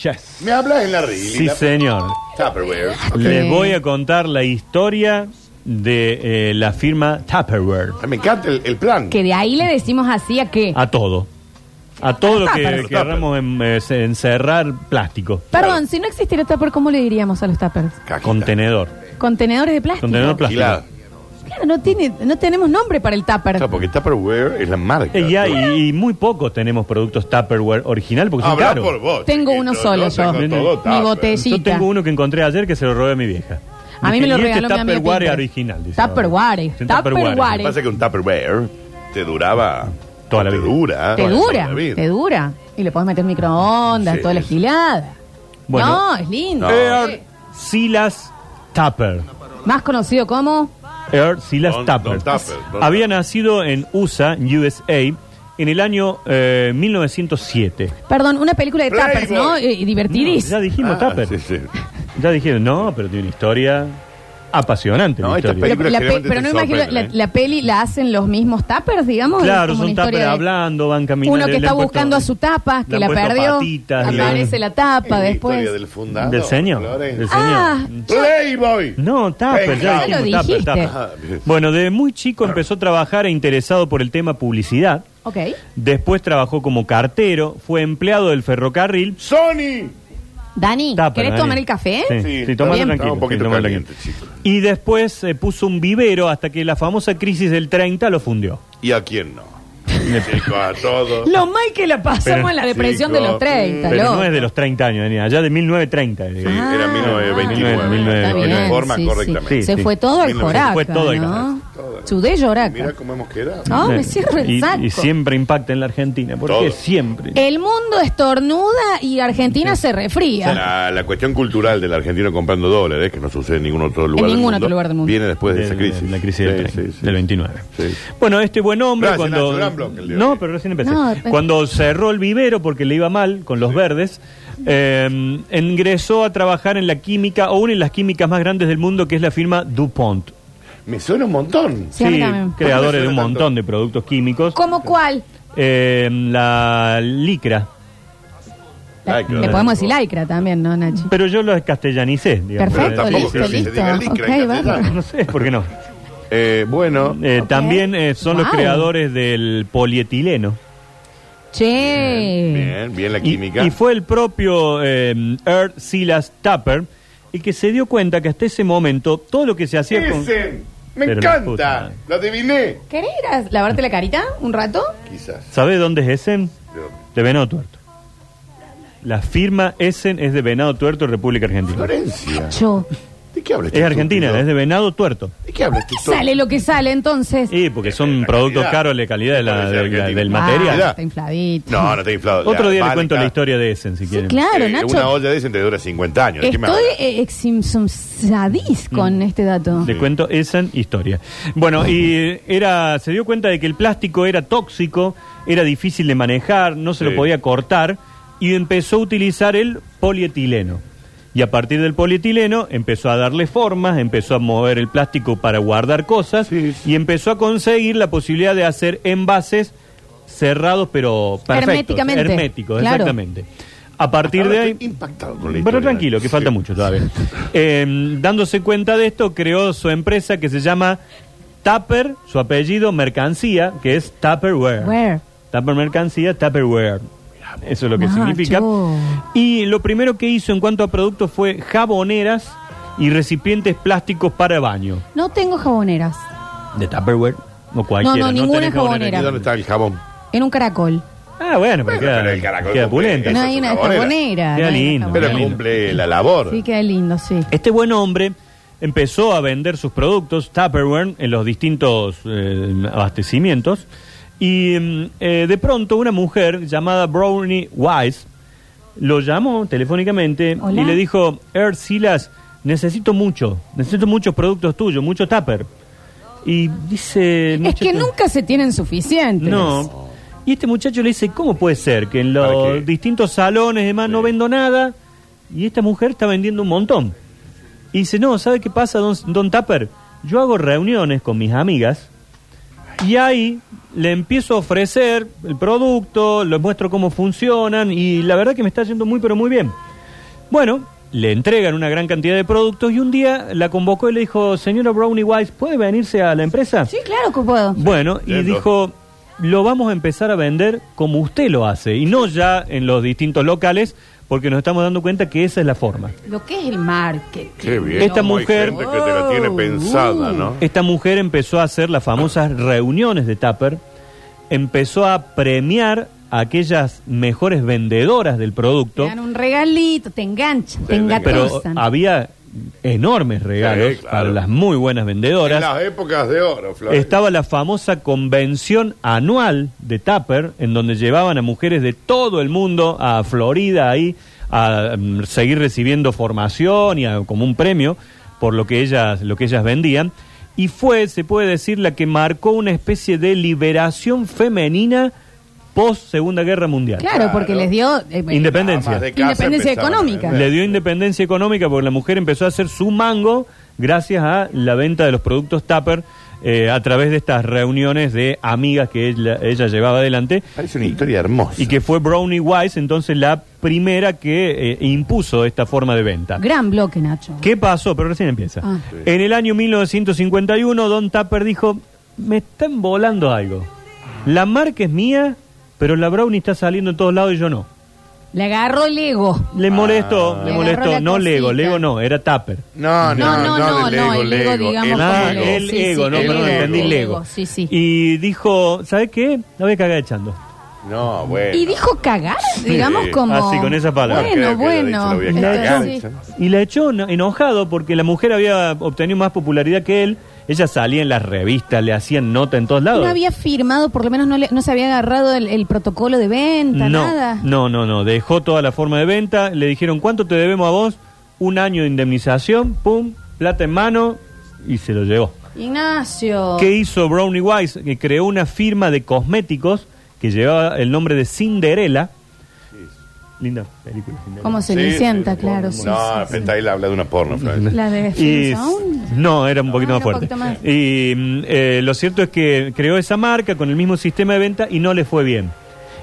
[SPEAKER 3] Yes.
[SPEAKER 1] ¿Me hablas en la rila?
[SPEAKER 3] Sí, señor.
[SPEAKER 1] Tupperware.
[SPEAKER 3] Les voy a contar la historia de eh, la firma Tupperware.
[SPEAKER 1] Ah, Me encanta el, el plan.
[SPEAKER 2] Que de ahí le decimos así a qué.
[SPEAKER 3] A todo. A todo lo que
[SPEAKER 1] Tupper.
[SPEAKER 3] queramos en- eh, se- encerrar plástico.
[SPEAKER 2] Perdón, si no existiera tupper, ¿cómo le diríamos a los tuppers?
[SPEAKER 1] Cajita.
[SPEAKER 3] Contenedor.
[SPEAKER 2] Contenedores de plástico.
[SPEAKER 3] Contenedor plástico.
[SPEAKER 1] Gilada.
[SPEAKER 2] Claro, no, tiene, no tenemos nombre para el tupper.
[SPEAKER 1] Claro, porque Tupperware es la marca. Ah,
[SPEAKER 3] Eh, ya, y, y muy pocos tenemos productos Tupperware original porque son
[SPEAKER 1] Habla
[SPEAKER 3] caros.
[SPEAKER 1] por vos.
[SPEAKER 2] Tengo
[SPEAKER 1] chiquito,
[SPEAKER 2] uno solo
[SPEAKER 1] no tengo
[SPEAKER 2] yo.
[SPEAKER 1] todo
[SPEAKER 2] Mi
[SPEAKER 1] Tupper.
[SPEAKER 2] botellita.
[SPEAKER 3] Yo tengo uno que encontré ayer que se lo robé a mi vieja.
[SPEAKER 2] A mí me
[SPEAKER 3] Dije,
[SPEAKER 2] lo
[SPEAKER 3] "Y
[SPEAKER 2] regaló
[SPEAKER 3] este
[SPEAKER 2] mi amiga
[SPEAKER 3] Tupperware
[SPEAKER 2] Peter".
[SPEAKER 3] original. dice.
[SPEAKER 2] Tupperware,
[SPEAKER 3] Es
[SPEAKER 1] Lo
[SPEAKER 3] un
[SPEAKER 1] que
[SPEAKER 2] Tupperware.
[SPEAKER 1] pasa es que un Tupperware te duraba.
[SPEAKER 3] Toda la vida.
[SPEAKER 1] Te dura.
[SPEAKER 2] te
[SPEAKER 1] toda
[SPEAKER 2] dura,
[SPEAKER 1] la vida.
[SPEAKER 2] te dura. Y le podés meter microondas,
[SPEAKER 1] Sí,
[SPEAKER 2] toda la
[SPEAKER 1] sí.
[SPEAKER 2] gilada.
[SPEAKER 3] Bueno. Eh,
[SPEAKER 2] no, es lindo.
[SPEAKER 1] No.
[SPEAKER 3] Air Silas Tupper.
[SPEAKER 2] Más conocido como...
[SPEAKER 3] Air Silas
[SPEAKER 1] Don-
[SPEAKER 3] Tupper.
[SPEAKER 1] Don Tupper, Don
[SPEAKER 3] Había
[SPEAKER 1] Tupper.
[SPEAKER 3] nacido en USA, USA, en el año eh, 1907.
[SPEAKER 2] Perdón, una película de
[SPEAKER 1] Playboy.
[SPEAKER 2] tuppers, ¿no? Eh, divertidis.
[SPEAKER 3] ya dijimos
[SPEAKER 1] Ah,
[SPEAKER 3] Tupper.
[SPEAKER 1] sí, sí.
[SPEAKER 3] Ya dijeron, no, pero tiene una historia apasionante.
[SPEAKER 1] No,
[SPEAKER 3] la
[SPEAKER 1] esta
[SPEAKER 3] historia.
[SPEAKER 2] La-
[SPEAKER 1] película-
[SPEAKER 2] la pe-
[SPEAKER 1] generalmente
[SPEAKER 2] pero no
[SPEAKER 1] te
[SPEAKER 2] imagino, la,
[SPEAKER 1] sorprenden, ¿eh?
[SPEAKER 2] la peli la hacen los mismos tuppers, digamos.
[SPEAKER 3] Claro,
[SPEAKER 2] Es como
[SPEAKER 3] son
[SPEAKER 2] una
[SPEAKER 3] Tupper
[SPEAKER 2] historia de-
[SPEAKER 3] hablando, van caminando.
[SPEAKER 2] Uno que
[SPEAKER 3] le- le
[SPEAKER 2] está
[SPEAKER 3] han puesto-
[SPEAKER 2] buscando a su tapa,
[SPEAKER 3] le
[SPEAKER 2] que
[SPEAKER 3] han
[SPEAKER 2] la
[SPEAKER 3] puesto
[SPEAKER 2] perdió,
[SPEAKER 3] patitas, le-
[SPEAKER 2] aparece la
[SPEAKER 1] Es
[SPEAKER 2] tapa
[SPEAKER 1] la
[SPEAKER 2] Ah, después.
[SPEAKER 1] historia del fundador.
[SPEAKER 3] Del señor.
[SPEAKER 1] Flores.
[SPEAKER 3] Del señor.
[SPEAKER 2] Ah,
[SPEAKER 1] Playboy.
[SPEAKER 3] No, Tupper, ya
[SPEAKER 1] Venga.
[SPEAKER 2] Ya lo
[SPEAKER 3] dijimos Tupper,
[SPEAKER 2] dijiste.
[SPEAKER 3] Tupper.
[SPEAKER 1] Ah, bien.
[SPEAKER 3] Bueno, de muy chico empezó a trabajar e interesado por el tema publicidad.
[SPEAKER 2] ok.
[SPEAKER 3] Después trabajó como cartero, fue empleado del ferrocarril.
[SPEAKER 1] Sony.
[SPEAKER 2] Dani,
[SPEAKER 3] Tupper,
[SPEAKER 2] ¿querés
[SPEAKER 3] Dani.
[SPEAKER 2] tomar el café?
[SPEAKER 3] Sí,
[SPEAKER 1] Sí,
[SPEAKER 3] sí,
[SPEAKER 1] está
[SPEAKER 3] tomalo
[SPEAKER 1] bien.
[SPEAKER 3] tranquilo,
[SPEAKER 1] Está un poquito
[SPEAKER 3] sí, tomalo
[SPEAKER 1] caliente,
[SPEAKER 3] tranquilo.
[SPEAKER 1] chico.
[SPEAKER 3] Y después eh, puso un vivero hasta que la famosa crisis del 30 lo fundió.
[SPEAKER 1] ¿Y a quién no? Chicos, a
[SPEAKER 3] *laughs*
[SPEAKER 1] todos.
[SPEAKER 2] Lo mal que la pasamos
[SPEAKER 3] Pero-
[SPEAKER 2] en la depresión
[SPEAKER 1] Chico.
[SPEAKER 2] de los 30,
[SPEAKER 3] Pero
[SPEAKER 2] loco.
[SPEAKER 3] no es de los 30 años, Daniel, allá de 1930.
[SPEAKER 1] Sí,
[SPEAKER 3] digo.
[SPEAKER 1] era 1929.
[SPEAKER 2] Ah, está
[SPEAKER 1] que
[SPEAKER 2] bien,
[SPEAKER 1] lo informa
[SPEAKER 2] sí, sí.
[SPEAKER 1] correctamente.
[SPEAKER 3] Sí,
[SPEAKER 2] Se
[SPEAKER 3] sí.
[SPEAKER 2] fue todo al
[SPEAKER 1] 1900.
[SPEAKER 2] Joraca,
[SPEAKER 3] Fue todo al
[SPEAKER 2] ¿no?
[SPEAKER 3] Joraca.
[SPEAKER 1] Joder.
[SPEAKER 2] Chudé lloraca.
[SPEAKER 1] Mira cómo hemos quedado.
[SPEAKER 2] Ah, me
[SPEAKER 3] Sí.
[SPEAKER 2] cierro el
[SPEAKER 3] y,
[SPEAKER 2] saco.
[SPEAKER 3] y siempre impacta en la Argentina. ¿Por
[SPEAKER 1] Todo.
[SPEAKER 3] qué siempre?
[SPEAKER 2] El mundo estornuda y Argentina se refría.
[SPEAKER 1] La, la cuestión cultural del argentino comprando dólares, que no sucede en ningún otro lugar,
[SPEAKER 2] ningún
[SPEAKER 1] del, mundo,
[SPEAKER 2] otro lugar del mundo.
[SPEAKER 1] viene después de
[SPEAKER 3] Del-
[SPEAKER 1] esa crisis.
[SPEAKER 3] La crisis del,
[SPEAKER 1] Sí,
[SPEAKER 3] 30,
[SPEAKER 1] sí, sí.
[SPEAKER 3] del 29.
[SPEAKER 1] Sí.
[SPEAKER 3] Bueno, este buen hombre
[SPEAKER 1] Gracias,
[SPEAKER 3] cuando...
[SPEAKER 1] Nacho, gran bloque el de hoy.
[SPEAKER 3] no, pero recién empecé.
[SPEAKER 2] No, pero-
[SPEAKER 3] Cuando cerró el vivero porque le iba mal con los verdes, eh, ingresó a trabajar en la química o una de las químicas más grandes del mundo que es la firma DuPont.
[SPEAKER 1] Me suena un montón.
[SPEAKER 2] Sí, a mí también.
[SPEAKER 3] creadores de
[SPEAKER 1] ¿Por qué me suena
[SPEAKER 3] un
[SPEAKER 1] tanto?
[SPEAKER 3] montón de productos químicos.
[SPEAKER 2] ¿Cómo cuál?
[SPEAKER 3] Eh, la licra.
[SPEAKER 2] La-
[SPEAKER 1] Lycra.
[SPEAKER 2] le podemos decir lycra también, ¿no, Nachi?
[SPEAKER 3] Pero yo lo castellanicé,
[SPEAKER 1] Pero
[SPEAKER 3] digamos.
[SPEAKER 2] Perfecto,
[SPEAKER 1] tampoco
[SPEAKER 2] listo,
[SPEAKER 1] creo que se
[SPEAKER 2] listo.
[SPEAKER 1] diga licra en
[SPEAKER 2] Ok,
[SPEAKER 1] castellano.
[SPEAKER 2] vamos.
[SPEAKER 3] No sé, ¿por qué no?
[SPEAKER 1] Eh, bueno,
[SPEAKER 3] Eh,
[SPEAKER 2] Ok.
[SPEAKER 3] También eh, son los
[SPEAKER 2] Wow.
[SPEAKER 3] creadores del polietileno.
[SPEAKER 2] Che.
[SPEAKER 1] bien, bien la
[SPEAKER 3] Y-
[SPEAKER 1] química.
[SPEAKER 3] Y, fue el propio eh, Earl Silas Tupper el que se dio cuenta que hasta ese momento todo lo que se hacía con...
[SPEAKER 1] Ese, me
[SPEAKER 3] Pero la
[SPEAKER 1] encanta.
[SPEAKER 3] puta.
[SPEAKER 1] Lo adiviné.
[SPEAKER 2] ¿Querés ir a lavarte la carita un rato?
[SPEAKER 1] Quizás.
[SPEAKER 3] ¿Sabe dónde es Essen?
[SPEAKER 1] ¿De dónde?
[SPEAKER 3] De Venado Tuerto. La firma Essen es de Venado Tuerto, República Argentina.
[SPEAKER 1] Florencia.
[SPEAKER 2] Yo.
[SPEAKER 1] ¿De qué hablas?
[SPEAKER 3] Es argentina, es de Venado Tuerto.
[SPEAKER 1] ¿De qué este hablas?
[SPEAKER 2] ¿Qué sale lo que sale entonces?
[SPEAKER 3] Sí, porque
[SPEAKER 1] Eh,
[SPEAKER 3] son
[SPEAKER 1] la
[SPEAKER 3] productos
[SPEAKER 1] calidad.
[SPEAKER 3] caros la calidad de la-
[SPEAKER 1] Parece
[SPEAKER 3] de-
[SPEAKER 1] argentino.
[SPEAKER 3] del
[SPEAKER 1] Ah.
[SPEAKER 3] material.
[SPEAKER 2] está infladito.
[SPEAKER 1] No, no te he inflado.
[SPEAKER 3] Otro
[SPEAKER 1] Ya,
[SPEAKER 3] día le
[SPEAKER 1] vale,
[SPEAKER 3] cuento
[SPEAKER 1] está.
[SPEAKER 3] la historia de Essen, si quieren.
[SPEAKER 2] Claro,
[SPEAKER 1] Eh,
[SPEAKER 2] Nacho.
[SPEAKER 1] Una olla de ese te dura 50 años. ¿De qué me
[SPEAKER 2] Estoy
[SPEAKER 1] hablas?
[SPEAKER 2] eh, eximsadís con
[SPEAKER 1] Mm.
[SPEAKER 2] este dato.
[SPEAKER 3] Le cuento esa historia. Bueno, y era, se dio cuenta de que el plástico era tóxico, era difícil de manejar, no se
[SPEAKER 1] Sí.
[SPEAKER 3] lo podía cortar, y empezó a utilizar el polietileno. Y a partir del polietileno empezó a darle formas, empezó a mover el plástico para guardar cosas
[SPEAKER 1] Sí, sí.
[SPEAKER 3] y empezó a conseguir la posibilidad de hacer envases cerrados pero perfectos,
[SPEAKER 2] Herméticamente.
[SPEAKER 3] herméticos,
[SPEAKER 2] Claro.
[SPEAKER 3] exactamente. A partir
[SPEAKER 1] Ahora
[SPEAKER 3] de ahí
[SPEAKER 1] estoy impactado con la
[SPEAKER 3] pero
[SPEAKER 1] historia,
[SPEAKER 3] tranquilo, que
[SPEAKER 1] Nacho.
[SPEAKER 3] falta
[SPEAKER 1] Sí. *laughs*
[SPEAKER 3] mucho todavía. Eh, dándose cuenta de esto, creó su empresa que se llama Tupper, su apellido, mercancía, que es Tupperware.
[SPEAKER 2] Where?
[SPEAKER 3] Tupper mercancía, Tupperware. Eso es lo que
[SPEAKER 2] Nacho.
[SPEAKER 3] significa. Y lo primero que hizo en cuanto a productos fue jaboneras y recipientes plásticos para baño.
[SPEAKER 2] No tengo jaboneras.
[SPEAKER 3] De Tupperware. O cualquiera.
[SPEAKER 2] No, no, ninguna
[SPEAKER 3] tenés
[SPEAKER 1] ¿Y
[SPEAKER 2] jabonera.
[SPEAKER 1] dónde está el jabón?
[SPEAKER 2] En un caracol.
[SPEAKER 3] Ah, bueno, pero
[SPEAKER 1] Bueno,
[SPEAKER 3] queda,
[SPEAKER 1] pero el caracol
[SPEAKER 3] queda
[SPEAKER 1] cumple
[SPEAKER 3] pulenta.
[SPEAKER 1] Esa
[SPEAKER 2] No
[SPEAKER 1] es
[SPEAKER 2] hay
[SPEAKER 1] una
[SPEAKER 2] una
[SPEAKER 1] jabonera.
[SPEAKER 2] jabonera.
[SPEAKER 3] Qué
[SPEAKER 2] no hay
[SPEAKER 3] lindo,
[SPEAKER 2] una
[SPEAKER 1] Pero
[SPEAKER 2] jabonera.
[SPEAKER 1] cumple la labor.
[SPEAKER 2] Sí, queda lindo,
[SPEAKER 1] Eh,
[SPEAKER 2] sí.
[SPEAKER 3] Este buen hombre empezó a vender sus productos Tupperware en los distintos eh, abastecimientos y mm, eh, de pronto una mujer llamada Brownie Wise lo llamó telefónicamente
[SPEAKER 2] Hola.
[SPEAKER 3] y le dijo, Er Silas, necesito mucho, necesito muchos productos tuyos, mucho Tupper. Y dice... el
[SPEAKER 2] Es que
[SPEAKER 3] muchacho-
[SPEAKER 2] nunca se tienen suficientes.
[SPEAKER 3] No. Y este muchacho le dice, ¿cómo puede ser que en
[SPEAKER 1] ¿Para qué?
[SPEAKER 3] los distintos salones demás no
[SPEAKER 1] Sí.
[SPEAKER 3] vendo nada y esta mujer está vendiendo un montón? Y dice, no, ¿sabe qué pasa, don, don Tupper? Yo hago reuniones con mis amigas y ahí le empiezo a ofrecer el producto, les muestro cómo funcionan y la verdad que me está yendo muy pero muy bien. Bueno, le entregan una gran cantidad de productos y un día la convocó y le dijo, señora Brownie Wise, ¿puede venirse a la empresa?
[SPEAKER 2] Sí, claro que puedo.
[SPEAKER 3] Bueno, y
[SPEAKER 1] Entiendo.
[SPEAKER 3] dijo, lo vamos a empezar a vender como usted lo hace, y no ya en los distintos locales, porque nos estamos dando cuenta que esa es la forma.
[SPEAKER 2] Lo que es el marketing.
[SPEAKER 1] Qué bien.
[SPEAKER 3] Esta
[SPEAKER 1] Como hay
[SPEAKER 3] mujer- uh.
[SPEAKER 1] gente que te la tiene
[SPEAKER 2] Wow.
[SPEAKER 1] pensada, ¿no?
[SPEAKER 3] Esta mujer empezó a hacer las famosas reuniones de Tupper, empezó a premiar a aquellas mejores vendedoras del
[SPEAKER 2] Te
[SPEAKER 3] producto,
[SPEAKER 2] dan un regalito, te enganchan, te
[SPEAKER 1] te
[SPEAKER 3] pero
[SPEAKER 2] engatusan.
[SPEAKER 3] había enormes regalos
[SPEAKER 1] Sí, claro.
[SPEAKER 3] para las muy buenas
[SPEAKER 1] En
[SPEAKER 3] vendedoras.
[SPEAKER 1] las épocas de oro, Flor.
[SPEAKER 3] Estaba la famosa convención anual de Tupper, en donde llevaban a mujeres de todo el mundo a Florida ahí a mm, seguir recibiendo formación y a- como un premio por lo que ellas lo que ellas vendían y fue se puede decir la que marcó una especie de liberación femenina post Segunda Guerra
[SPEAKER 1] ah,
[SPEAKER 3] Mundial.
[SPEAKER 2] Claro, porque les dio... eh,
[SPEAKER 3] Independencia.
[SPEAKER 1] Damas de casa
[SPEAKER 2] Independencia
[SPEAKER 1] empezaban a
[SPEAKER 2] económica.
[SPEAKER 1] vender.
[SPEAKER 3] Le dio independencia económica porque la mujer empezó a hacer su mango gracias a la venta de los productos Tupper eh, a través de estas reuniones de amigas que ella, ella llevaba adelante
[SPEAKER 1] Parece una historia hermosa.
[SPEAKER 3] y que fue Brownie Wise entonces la primera que eh, impuso esta forma de venta.
[SPEAKER 2] Gran bloque, Nacho.
[SPEAKER 3] ¿Qué pasó? Pero recién empieza.
[SPEAKER 2] Ah.
[SPEAKER 1] Sí.
[SPEAKER 3] En el año 1951 Don Tupper dijo, me están volando algo. La marca es mía, pero la Brownie está saliendo en todos lados y yo no.
[SPEAKER 2] Le agarró el ego.
[SPEAKER 3] Le molestó,
[SPEAKER 1] Ah.
[SPEAKER 3] le
[SPEAKER 2] Le agarró la
[SPEAKER 3] molestó. No Lego,
[SPEAKER 2] cosita.
[SPEAKER 3] Lego no, era Tupper.
[SPEAKER 1] No, no, no, de Lego,
[SPEAKER 2] el ego, digamos.
[SPEAKER 1] el
[SPEAKER 3] Ah,
[SPEAKER 2] como
[SPEAKER 1] ego.
[SPEAKER 3] el
[SPEAKER 2] Sí,
[SPEAKER 3] ego,
[SPEAKER 2] sí,
[SPEAKER 3] no,
[SPEAKER 2] el
[SPEAKER 3] perdón,
[SPEAKER 2] ego.
[SPEAKER 3] entendí
[SPEAKER 2] El
[SPEAKER 3] Lego.
[SPEAKER 2] ego, sí, sí.
[SPEAKER 3] Y dijo, ¿sabes qué? La voy a cagar echando.
[SPEAKER 1] No, bueno.
[SPEAKER 2] Y dijo cagar, digamos como...
[SPEAKER 1] Ah,
[SPEAKER 3] Así, con esa palabra.
[SPEAKER 2] Bueno,
[SPEAKER 1] No creo que haya
[SPEAKER 2] bueno.
[SPEAKER 1] dicho, "La voy a
[SPEAKER 2] Entonces,
[SPEAKER 1] cagar",
[SPEAKER 2] sí.
[SPEAKER 1] ¿sabes?
[SPEAKER 3] Y la echó eno- enojado porque la mujer había obtenido más popularidad que él. Ella salía en las revistas, le hacían nota en todos lados.
[SPEAKER 2] No había firmado, por lo menos no, le- no se había agarrado el, el protocolo de venta,
[SPEAKER 3] no,
[SPEAKER 2] nada.
[SPEAKER 3] no, no, no. Dejó toda la forma de venta. Le dijeron, ¿cuánto te debemos a vos? Un año de indemnización, pum, plata en mano y se lo llevó.
[SPEAKER 2] Ignacio.
[SPEAKER 3] ¿Qué hizo Brownie Wise? Que creó una firma de cosméticos que llevaba el nombre de Cinderella. Linda película. Cinderella.
[SPEAKER 2] ¿Cómo se le sienta? claro, sí.
[SPEAKER 1] No,
[SPEAKER 2] sí, sí.
[SPEAKER 1] Pentail habla de una porno, Florencia.
[SPEAKER 2] La de
[SPEAKER 3] Y-
[SPEAKER 2] Phoenix Sound.
[SPEAKER 3] no, era un poquito
[SPEAKER 2] Ah,
[SPEAKER 3] más
[SPEAKER 2] era un
[SPEAKER 3] fuerte.
[SPEAKER 2] poquito más.
[SPEAKER 3] Y mm, eh, lo cierto es que creó esa marca con el mismo sistema de venta y no le fue bien.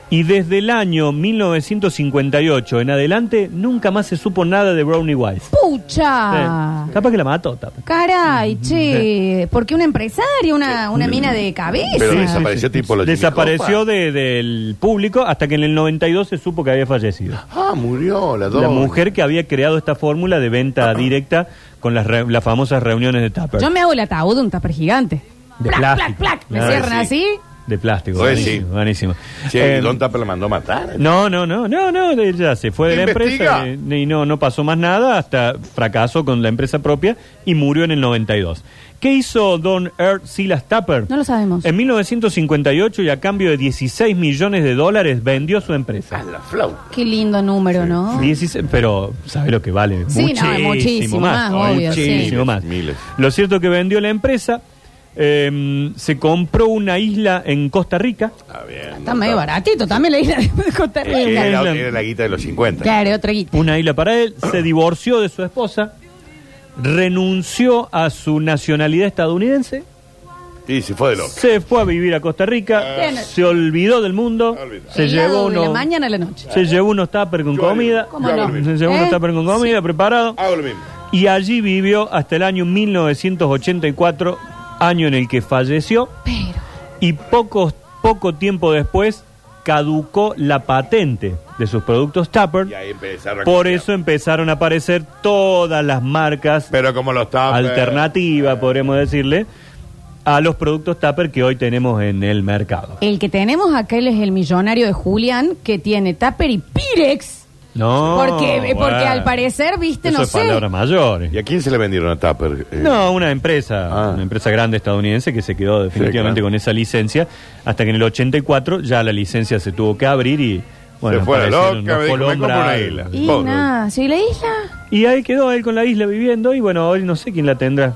[SPEAKER 3] Y desde el año 1958 en adelante nunca más se supo nada de Brownie Wise.
[SPEAKER 2] ¡Pucha!
[SPEAKER 3] Eh, capaz que la mató, tapa.
[SPEAKER 2] Caray, che, porque una empresaria, una, una mina de cabeza.
[SPEAKER 1] Pero desapareció tipo los Jimmy
[SPEAKER 3] Desapareció
[SPEAKER 1] Hoffa.
[SPEAKER 3] de- del público hasta que en el 92 se supo que había fallecido.
[SPEAKER 1] Ah, murió la dos.
[SPEAKER 3] La mujer que había creado esta fórmula de
[SPEAKER 1] Ah.
[SPEAKER 3] venta directa con las, re- las famosas reuniones de Tupper.
[SPEAKER 2] Yo me hago el ataúd de un tupper gigante.
[SPEAKER 3] De
[SPEAKER 2] plac,
[SPEAKER 3] plástico.
[SPEAKER 2] plac, plac. Me
[SPEAKER 3] Ah,
[SPEAKER 2] cierran
[SPEAKER 1] sí.
[SPEAKER 2] así.
[SPEAKER 3] De plástico.
[SPEAKER 1] Pues
[SPEAKER 3] buenísimo,
[SPEAKER 1] sí.
[SPEAKER 3] buenísimo.
[SPEAKER 1] Che,
[SPEAKER 3] Eh,
[SPEAKER 1] Don Tapa la mandó a matar.
[SPEAKER 3] No, no, no, no, no, ella se fue de la
[SPEAKER 1] Investiga.
[SPEAKER 3] empresa eh, y no, no pasó más nada hasta fracasó con la empresa propia y murió en el 92. ¿Qué hizo Don Earth Silas Tupper?
[SPEAKER 2] No lo sabemos.
[SPEAKER 3] En 1958 y a cambio de 16 millones de dólares vendió su empresa.
[SPEAKER 1] A la flauta.
[SPEAKER 2] Qué lindo número, ¿no?
[SPEAKER 3] 16, pero ¿sabes lo que vale?
[SPEAKER 2] Ah. Sí, no,
[SPEAKER 3] muchísimo,
[SPEAKER 2] es muchísimo
[SPEAKER 3] más.
[SPEAKER 2] más, obvio, sí.
[SPEAKER 3] muchísimo más.
[SPEAKER 1] Miles.
[SPEAKER 3] Lo cierto es que vendió la empresa, eh, se compró una isla en Costa Rica.
[SPEAKER 1] Está bien.
[SPEAKER 2] Está medio baratito, también la isla de *laughs* Costa
[SPEAKER 1] Eh,
[SPEAKER 2] Rica.
[SPEAKER 1] Era, era la guita de los 50.
[SPEAKER 2] Claro, otra guita.
[SPEAKER 3] una isla para él, se divorció de su esposa, renunció a su nacionalidad estadounidense,
[SPEAKER 1] Y se fue de loco.
[SPEAKER 3] se fue a vivir a Costa Rica,
[SPEAKER 2] Bien.
[SPEAKER 3] se olvidó del mundo,
[SPEAKER 1] Olvidado.
[SPEAKER 3] se
[SPEAKER 2] El
[SPEAKER 3] llevó,
[SPEAKER 2] lado de la
[SPEAKER 3] uno,
[SPEAKER 2] mañana a la noche.
[SPEAKER 3] se llevó unos tupper con
[SPEAKER 1] Yo
[SPEAKER 3] comida,
[SPEAKER 1] ¿Cómo no?
[SPEAKER 3] se llevó
[SPEAKER 2] ¿Eh?
[SPEAKER 3] unos tupper con comida preparado
[SPEAKER 1] Hago lo mismo.
[SPEAKER 3] y allí vivió hasta el año 1984, año en el que falleció
[SPEAKER 2] Pero,
[SPEAKER 3] y poco, poco tiempo después caducó la patente de sus productos tupper.
[SPEAKER 1] Y ahí empezaron a
[SPEAKER 3] Por
[SPEAKER 1] copiar.
[SPEAKER 3] eso empezaron a aparecer todas las marcas
[SPEAKER 1] Pero como los Tupper.
[SPEAKER 3] alternativas, podríamos decirle, a los productos Tupper que hoy tenemos en el mercado.
[SPEAKER 2] el que tenemos acá él es el millonario de Julián, que tiene tupper y pirex.
[SPEAKER 3] No.
[SPEAKER 2] porque, porque
[SPEAKER 3] Oh, bueno.
[SPEAKER 2] al parecer, viste,
[SPEAKER 3] Eso
[SPEAKER 2] no
[SPEAKER 3] es
[SPEAKER 2] sé.
[SPEAKER 3] palabras mayores.
[SPEAKER 1] ¿Y a quién se le vendieron a Tupper? Eh,
[SPEAKER 3] No, una empresa,
[SPEAKER 1] Ah.
[SPEAKER 3] una empresa grande estadounidense que se quedó definitivamente
[SPEAKER 1] claro.
[SPEAKER 3] con esa licencia hasta que en el 84 ya la licencia se tuvo que abrir y bueno,
[SPEAKER 1] se fue de
[SPEAKER 3] aparecieron
[SPEAKER 1] loca, me dijo,
[SPEAKER 3] unos
[SPEAKER 1] me compro una
[SPEAKER 3] colombrados.
[SPEAKER 1] isla.
[SPEAKER 2] Y
[SPEAKER 1] Pobre.
[SPEAKER 2] nada, ¿sí "Ah, la isla?
[SPEAKER 3] Y ahí quedó él con la isla viviendo y bueno, hoy no sé quién la tendrá.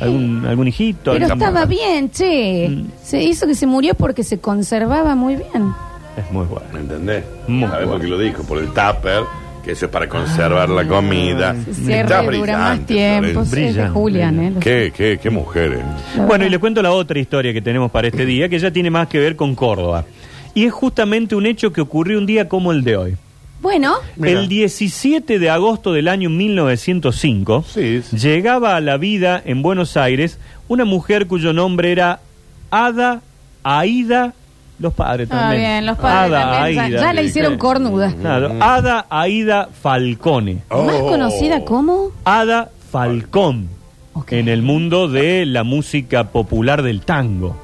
[SPEAKER 3] Algún, algún hijito,
[SPEAKER 2] Pero
[SPEAKER 3] algún-
[SPEAKER 2] estaba bien, che.
[SPEAKER 3] Mm.
[SPEAKER 2] Se hizo que se murió porque se conservaba muy bien.
[SPEAKER 3] Es muy bueno.
[SPEAKER 1] ¿Me entendés?
[SPEAKER 3] Muy
[SPEAKER 1] ¿Sabés
[SPEAKER 3] bueno. Ah,
[SPEAKER 1] por qué lo dijo? Por el Tupper, que eso es para conservar la comida.
[SPEAKER 3] Mm.
[SPEAKER 2] Cierre dura más tiempo. sí, es de
[SPEAKER 3] Brillante,
[SPEAKER 2] Julián, ¿eh?
[SPEAKER 3] brillante.
[SPEAKER 1] ¿Qué, qué, eh. qué mujeres?
[SPEAKER 3] Bueno, y le cuento la otra historia que tenemos para este día, que ya tiene más que ver con Córdoba. Y es justamente un hecho que ocurrió un día como el de hoy.
[SPEAKER 2] Bueno,
[SPEAKER 1] Mira.
[SPEAKER 3] El 17 de agosto del año 1905,
[SPEAKER 1] Sí, sí.
[SPEAKER 3] llegaba a la vida en Buenos Aires una mujer cuyo nombre era Ada Aida. Los padres
[SPEAKER 2] ah,
[SPEAKER 3] también.
[SPEAKER 2] bien, los padres
[SPEAKER 3] Ada
[SPEAKER 2] también. Ya-
[SPEAKER 3] Aida.
[SPEAKER 2] ya la hicieron cornuda.
[SPEAKER 3] Claro, Ada Aida Falcone.
[SPEAKER 2] Más
[SPEAKER 1] Oh.
[SPEAKER 2] conocida como.
[SPEAKER 3] Ada Falcón.
[SPEAKER 2] Ok.
[SPEAKER 3] En el mundo de la música popular del tango.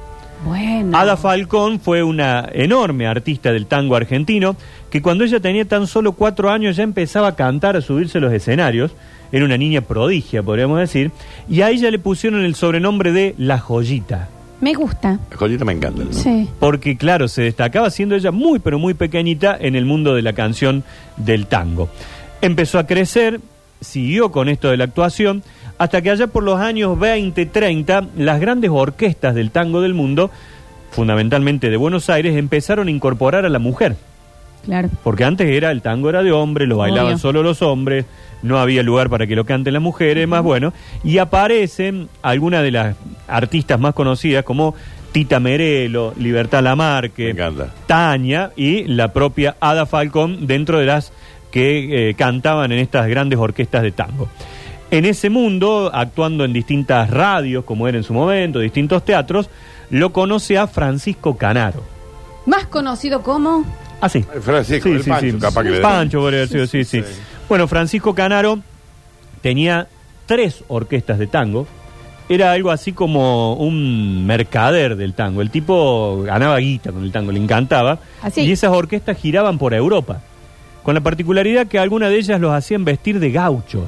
[SPEAKER 2] Bueno.
[SPEAKER 3] Ada Falcón fue una enorme artista del tango argentino que cuando ella tenía tan solo cuatro años ya empezaba a cantar, a subirse a los escenarios. Era una niña prodigia, podríamos decir. Y a ella le pusieron el sobrenombre de La Joyita.
[SPEAKER 2] Me gusta.
[SPEAKER 1] La joyita me encanta. ¿no?
[SPEAKER 2] Sí.
[SPEAKER 3] Porque, claro, se destacaba siendo ella muy, pero muy pequeñita en el mundo de la canción del tango. Empezó a crecer, siguió con esto de la actuación, hasta que allá por los años 20, 30, las grandes orquestas del tango del mundo, fundamentalmente de Buenos Aires, empezaron a incorporar a la mujer.
[SPEAKER 2] Claro.
[SPEAKER 3] Porque antes era el tango era de hombre, lo bailaban
[SPEAKER 2] Obvio.
[SPEAKER 3] solo los hombres, no había lugar para que lo canten las mujeres, más bueno. Y aparecen algunas de las artistas más conocidas como Tita Merelo, Libertad
[SPEAKER 1] Me
[SPEAKER 3] Lamarque,
[SPEAKER 1] encanta.
[SPEAKER 3] Tania y la propia Ada Falcón dentro de las que eh, cantaban en estas grandes orquestas de tango. En ese mundo, actuando en distintas radios, como era en su momento, distintos teatros, lo conoce a Francisco Canaro.
[SPEAKER 2] Más conocido como.
[SPEAKER 3] Así.
[SPEAKER 1] El Francisco, el Pancho, capaz que le
[SPEAKER 3] Pancho podría haber sido, sí, sí, Bueno, Francisco Canaro tenía tres orquestas de tango. Era algo así como un mercader del tango. El tipo ganaba guita con el tango, le encantaba.
[SPEAKER 2] Así.
[SPEAKER 3] Y esas orquestas giraban por Europa. Con la particularidad que alguna de ellas los hacían vestir de gaucho.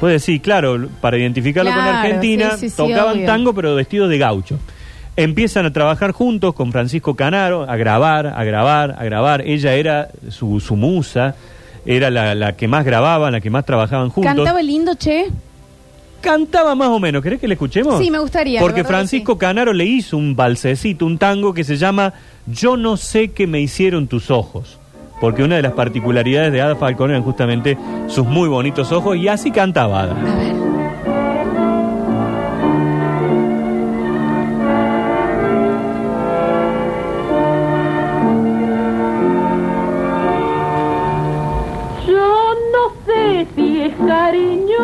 [SPEAKER 3] Pues decir, claro, para identificarlo con
[SPEAKER 2] Claro,
[SPEAKER 3] Argentina,
[SPEAKER 2] sí, sí, sí,
[SPEAKER 3] tocaban
[SPEAKER 2] obvio.
[SPEAKER 3] tango pero vestidos de gaucho. Empiezan a trabajar juntos con Francisco Canaro, a grabar, a grabar, a grabar. Ella era su, su musa, era la, la que más grababan, la que más trabajaban juntos.
[SPEAKER 2] Cantaba lindo, che.
[SPEAKER 3] Cantaba más o menos, ¿querés que le escuchemos?
[SPEAKER 2] Sí, me gustaría, la
[SPEAKER 3] Porque
[SPEAKER 2] verdad que
[SPEAKER 3] Francisco Canaro le hizo un balsecito, un tango que se llama Yo no sé qué me hicieron tus ojos. Porque una de las particularidades de Ada Falcón eran justamente sus muy bonitos ojos y así cantaba Ada.
[SPEAKER 2] A ver.
[SPEAKER 5] Yo no sé si es cariño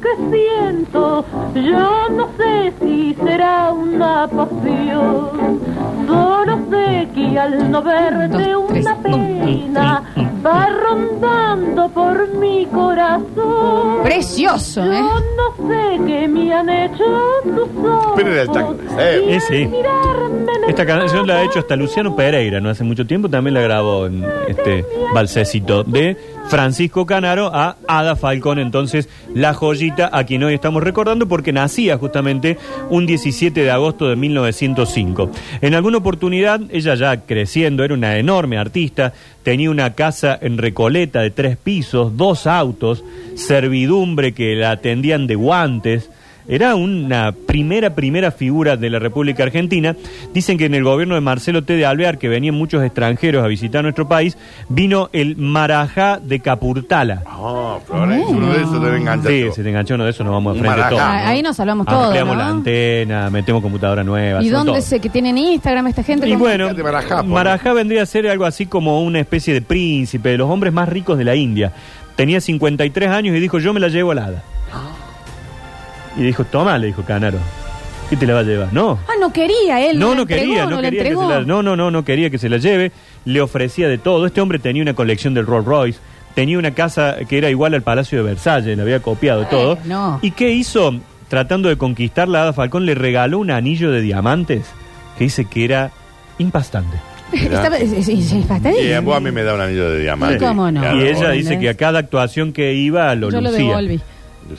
[SPEAKER 5] que siento, yo no sé si será una pasión. Solo sé que al no verte
[SPEAKER 2] dos, tres.
[SPEAKER 5] una pena va rondando por mi corazón.
[SPEAKER 2] Precioso, ¿eh?
[SPEAKER 5] Yo no sé qué me han hecho tus ojos.
[SPEAKER 1] Pero era el tango de esa época.
[SPEAKER 5] y
[SPEAKER 3] Eh, sí.
[SPEAKER 5] al mirarme en el
[SPEAKER 3] Esta canción la ha hecho hasta Luciano Pereira, no hace mucho tiempo, también la grabó en este balsecito de Francisco Canaro a Ada Falcón, entonces la joyita a quien hoy estamos recordando porque nacía justamente un 17 de agosto de 1905. En alguna oportunidad, ella ya creciendo, era una enorme artista, tenía una casa en Recoleta de tres pisos, dos autos, servidumbre que la atendían de guantes, era una primera, primera figura de la República Argentina. Dicen que en el gobierno de Marcelo T. de Alvear, que venían muchos extranjeros a visitar nuestro país, vino el Marajá de Capurtala.
[SPEAKER 1] Ah, Florencia, uno de esos te engancha.
[SPEAKER 3] Sí, si te enganchó uno de esos, nos vamos de
[SPEAKER 1] Un
[SPEAKER 3] frente
[SPEAKER 1] marajá.
[SPEAKER 3] todos.
[SPEAKER 1] Ah,
[SPEAKER 2] Ah, Ahí nos salvamos
[SPEAKER 3] Ah,
[SPEAKER 2] todos.
[SPEAKER 3] ampliamos
[SPEAKER 2] ¿no?
[SPEAKER 3] la antena, metemos computadora nueva.
[SPEAKER 2] ¿Y
[SPEAKER 3] hacemos
[SPEAKER 2] dónde
[SPEAKER 3] todo.
[SPEAKER 2] sé que tienen Instagram esta gente?
[SPEAKER 3] Y
[SPEAKER 2] ¿Cómo?
[SPEAKER 3] bueno,
[SPEAKER 1] de Marajá, por-
[SPEAKER 3] Marajá vendría a ser algo así como una especie de príncipe, de los hombres más ricos de la India. Tenía 53 años y dijo, yo me la llevo a la hada.
[SPEAKER 1] Ah.
[SPEAKER 3] Y dijo, toma, le dijo Canaro. ¿Qué te la va a llevar? No,
[SPEAKER 2] Ah, no quería él.
[SPEAKER 3] no,
[SPEAKER 2] la
[SPEAKER 3] no
[SPEAKER 2] entregó,
[SPEAKER 3] quería, no
[SPEAKER 2] la
[SPEAKER 3] quería que
[SPEAKER 2] entregó.
[SPEAKER 3] se
[SPEAKER 2] *laughs*
[SPEAKER 3] la, no, no, no, no quería que se la lleve. Le ofrecía de todo. Este hombre tenía una colección del Rolls Royce, tenía una casa que era igual al Palacio de Versalles, le había copiado todo.
[SPEAKER 2] no.
[SPEAKER 3] ¿Y qué hizo? Tratando de conquistarla, Ada Falcón le regaló un anillo de diamantes que dice que era impastante.
[SPEAKER 2] Estaba- sí, sí, sí, está bien.
[SPEAKER 1] Y a eh, vos a mí me da un anillo de diamante.
[SPEAKER 2] ¿Y cómo no?
[SPEAKER 1] Claro,
[SPEAKER 3] y ella
[SPEAKER 1] vos-
[SPEAKER 3] dice que a cada actuación que iba lo
[SPEAKER 2] Yo lo
[SPEAKER 3] lucía.
[SPEAKER 2] devolví.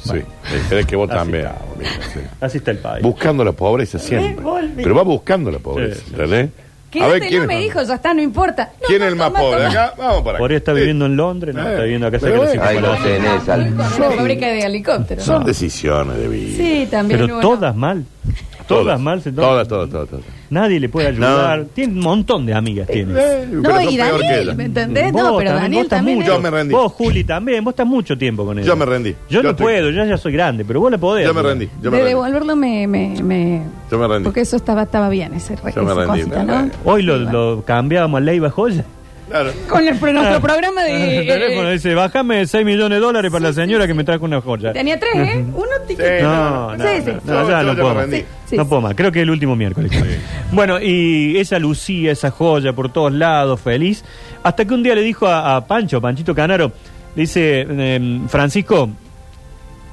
[SPEAKER 1] Sí, Eh, crees que vos
[SPEAKER 3] Así
[SPEAKER 1] también.
[SPEAKER 3] está,
[SPEAKER 1] mira, sí.
[SPEAKER 3] Así está el país.
[SPEAKER 1] Buscando la pobreza siempre. Pero va buscando la pobreza,
[SPEAKER 3] Sí, sí.
[SPEAKER 1] ¿entendés?
[SPEAKER 2] Eh, Quédate, no me dijo, ya está, no importa. No,
[SPEAKER 1] ¿Quién
[SPEAKER 2] no,
[SPEAKER 1] es el más
[SPEAKER 2] toma,
[SPEAKER 1] pobre?
[SPEAKER 2] toma.
[SPEAKER 1] Acá, vamos para acá.
[SPEAKER 3] Por ahí está
[SPEAKER 1] Sí.
[SPEAKER 3] viviendo en Londres, no
[SPEAKER 1] Eh,
[SPEAKER 3] está viviendo acá
[SPEAKER 1] pero
[SPEAKER 3] cerca de
[SPEAKER 1] bueno.
[SPEAKER 3] la
[SPEAKER 6] Ahí lo
[SPEAKER 3] psicopatia.
[SPEAKER 6] tenés
[SPEAKER 2] Con
[SPEAKER 6] al...
[SPEAKER 2] una fábrica de helicópteros.
[SPEAKER 1] Son decisiones de vida.
[SPEAKER 2] Sí, también.
[SPEAKER 3] Pero
[SPEAKER 2] uno.
[SPEAKER 3] todas mal. Todas, mal. se toman.
[SPEAKER 1] Todas, todas, todas. todas.
[SPEAKER 3] Nadie le puede ayudar. Tiene un montón de amigas. Tiene.
[SPEAKER 1] Eh, pero
[SPEAKER 2] No,
[SPEAKER 1] son
[SPEAKER 2] y
[SPEAKER 1] peor que ella.
[SPEAKER 2] Daniel, ¿me entendés? No,
[SPEAKER 3] Vos
[SPEAKER 2] pero
[SPEAKER 3] también, vos
[SPEAKER 2] Daniel
[SPEAKER 3] estás
[SPEAKER 2] también.
[SPEAKER 3] mucho-
[SPEAKER 1] Yo me rendí.
[SPEAKER 3] Vos, Juli, también. Vos estás mucho tiempo con ella.
[SPEAKER 1] Yo me rendí.
[SPEAKER 3] Yo,
[SPEAKER 1] Yo
[SPEAKER 3] no
[SPEAKER 1] estoy-
[SPEAKER 3] puedo. Yo ya soy grande, pero vos la podés.
[SPEAKER 1] Yo me
[SPEAKER 3] ayudar.
[SPEAKER 1] rendí. Yo me
[SPEAKER 2] De
[SPEAKER 1] rendí.
[SPEAKER 2] devolverlo me, me, me-
[SPEAKER 1] Yo me rendí.
[SPEAKER 2] Porque eso estaba, estaba bien, ese re-
[SPEAKER 1] Yo me
[SPEAKER 2] esa
[SPEAKER 1] rendí.
[SPEAKER 2] cosita, ¿no?
[SPEAKER 3] Hoy lo, lo cambiábamos a Leiva Joya.
[SPEAKER 1] Claro.
[SPEAKER 2] Con el, pro- nuestro programa de...
[SPEAKER 3] *laughs* El teléfono
[SPEAKER 2] eh,
[SPEAKER 3] dice, bájame 6 millones de dólares para la señora que me trajo una joya.
[SPEAKER 2] tenía tres, ¿eh? Uno tiquete.
[SPEAKER 3] No, no, no,
[SPEAKER 2] Sí, sí.
[SPEAKER 3] no, ya
[SPEAKER 1] Yo-
[SPEAKER 3] no
[SPEAKER 1] yo
[SPEAKER 3] puedo
[SPEAKER 1] me
[SPEAKER 3] más.
[SPEAKER 1] rendí.
[SPEAKER 2] Sí, sí,
[SPEAKER 3] no
[SPEAKER 2] sí.
[SPEAKER 3] puedo más, creo que el último miércoles. Bueno, y esa lucía, esa joya por todos lados, feliz, hasta que un día le dijo a, a Pancho, Panchito Canaro, le dice, em, Francisco,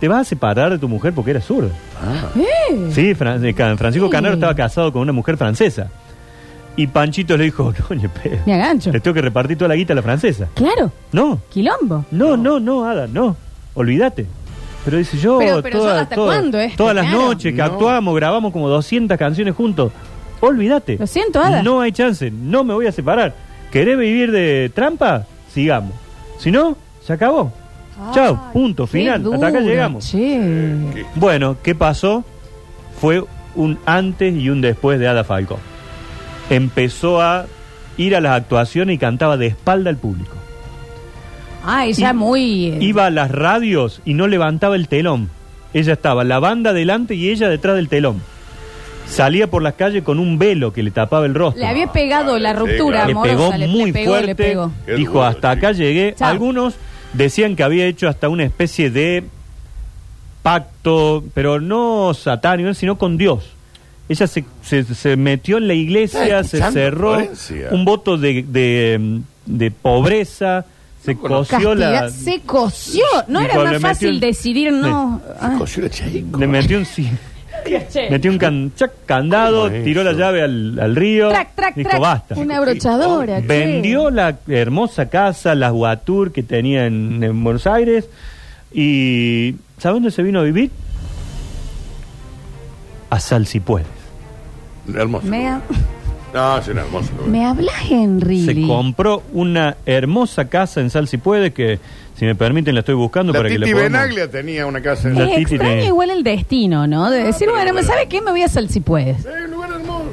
[SPEAKER 3] ¿te vas a separar de tu mujer porque era zurdo? Sí, Fran- eh, Can- Francisco
[SPEAKER 2] Sí.
[SPEAKER 3] Canaro estaba casado con una mujer francesa. Y Panchito le dijo, no, ni en pedo.
[SPEAKER 2] Me agancho.
[SPEAKER 3] le tengo que repartir toda la guita a la francesa.
[SPEAKER 2] Claro,
[SPEAKER 3] No,
[SPEAKER 2] quilombo.
[SPEAKER 3] no, no, no, Ada, no. Olvídate. Pero dice yo,
[SPEAKER 2] Pero- pero
[SPEAKER 3] toda-
[SPEAKER 2] yo, ¿hasta
[SPEAKER 3] toda-
[SPEAKER 2] cuándo esto?
[SPEAKER 3] todas las
[SPEAKER 2] Claro.
[SPEAKER 3] noches que
[SPEAKER 1] No.
[SPEAKER 3] actuamos, grabamos como 200 canciones juntos. Olvídate.
[SPEAKER 2] Lo siento, Ada.
[SPEAKER 3] No hay chance, no me voy a separar. ¿Querés vivir de trampa? Sigamos. Si no, se acabó. Chao, punto,
[SPEAKER 2] Qué
[SPEAKER 3] final.
[SPEAKER 2] duro,
[SPEAKER 3] Hasta acá llegamos.
[SPEAKER 2] Che.
[SPEAKER 3] Bueno, ¿qué pasó? Fue un antes y un después de Ada Falcón. Empezó a ir a las actuaciones y cantaba de espalda al público.
[SPEAKER 2] Ah, ella
[SPEAKER 3] I-
[SPEAKER 2] muy. eh,
[SPEAKER 3] Iba a las radios y no levantaba el telón. Ella estaba, la banda delante y ella detrás del telón. Salía por las calles con un velo que le tapaba el rostro.
[SPEAKER 2] le había pegado la
[SPEAKER 1] Sí,
[SPEAKER 2] ruptura
[SPEAKER 1] claro.
[SPEAKER 3] Le
[SPEAKER 2] amorosa.
[SPEAKER 3] pegó
[SPEAKER 2] le- le
[SPEAKER 3] muy
[SPEAKER 2] pegó,
[SPEAKER 3] fuerte.
[SPEAKER 2] Le pegó.
[SPEAKER 1] Qué
[SPEAKER 3] Dijo,
[SPEAKER 1] duro,
[SPEAKER 3] hasta acá llegué.
[SPEAKER 2] Chao.
[SPEAKER 3] Algunos decían que había hecho hasta una especie de pacto, pero no satánico, sino con Dios. Ella se, se- se metió en la iglesia,
[SPEAKER 1] ¿Estás
[SPEAKER 3] se
[SPEAKER 1] escuchando,
[SPEAKER 3] cerró
[SPEAKER 1] Florencia?
[SPEAKER 3] un voto de, de- de pobreza, se coció
[SPEAKER 2] Castigar-
[SPEAKER 3] la...
[SPEAKER 2] Se coció. No
[SPEAKER 3] Dijo,
[SPEAKER 2] era
[SPEAKER 3] le
[SPEAKER 2] más
[SPEAKER 3] metió
[SPEAKER 2] fácil
[SPEAKER 3] el-
[SPEAKER 2] decidir no. Ah,
[SPEAKER 1] Coyura chico.
[SPEAKER 3] Le metió un sí. metió un can- chac, candado,
[SPEAKER 1] ¿Cómo es
[SPEAKER 3] tiró la
[SPEAKER 1] eso?
[SPEAKER 3] llave al, al río.
[SPEAKER 2] trac, trac,
[SPEAKER 3] dijo,
[SPEAKER 2] trac.
[SPEAKER 3] basta.
[SPEAKER 2] Una abrochadora. che.
[SPEAKER 3] Vendió la hermosa casa, las Guatur que tenía en, en Buenos Aires, ¿Y sabe dónde se vino a vivir? A Sal si puedes.
[SPEAKER 1] Hermoso.
[SPEAKER 2] Me, ha-
[SPEAKER 1] No, es un hermoso. lugar.
[SPEAKER 2] me hablas, Henry.
[SPEAKER 3] Se compró una hermosa casa en Sal si puedes que, si me permiten, la estoy buscando
[SPEAKER 1] La
[SPEAKER 3] para que
[SPEAKER 1] Titi
[SPEAKER 3] le podamos...
[SPEAKER 1] Benaglia tenía una casa en
[SPEAKER 3] La
[SPEAKER 2] es
[SPEAKER 1] Es
[SPEAKER 3] Titi
[SPEAKER 2] extraño
[SPEAKER 3] tiene-
[SPEAKER 2] igual el destino, ¿no? De decir, bueno, ¿me sabe qué? Me voy a sal si puedes.
[SPEAKER 1] Eh, un lugar hermoso.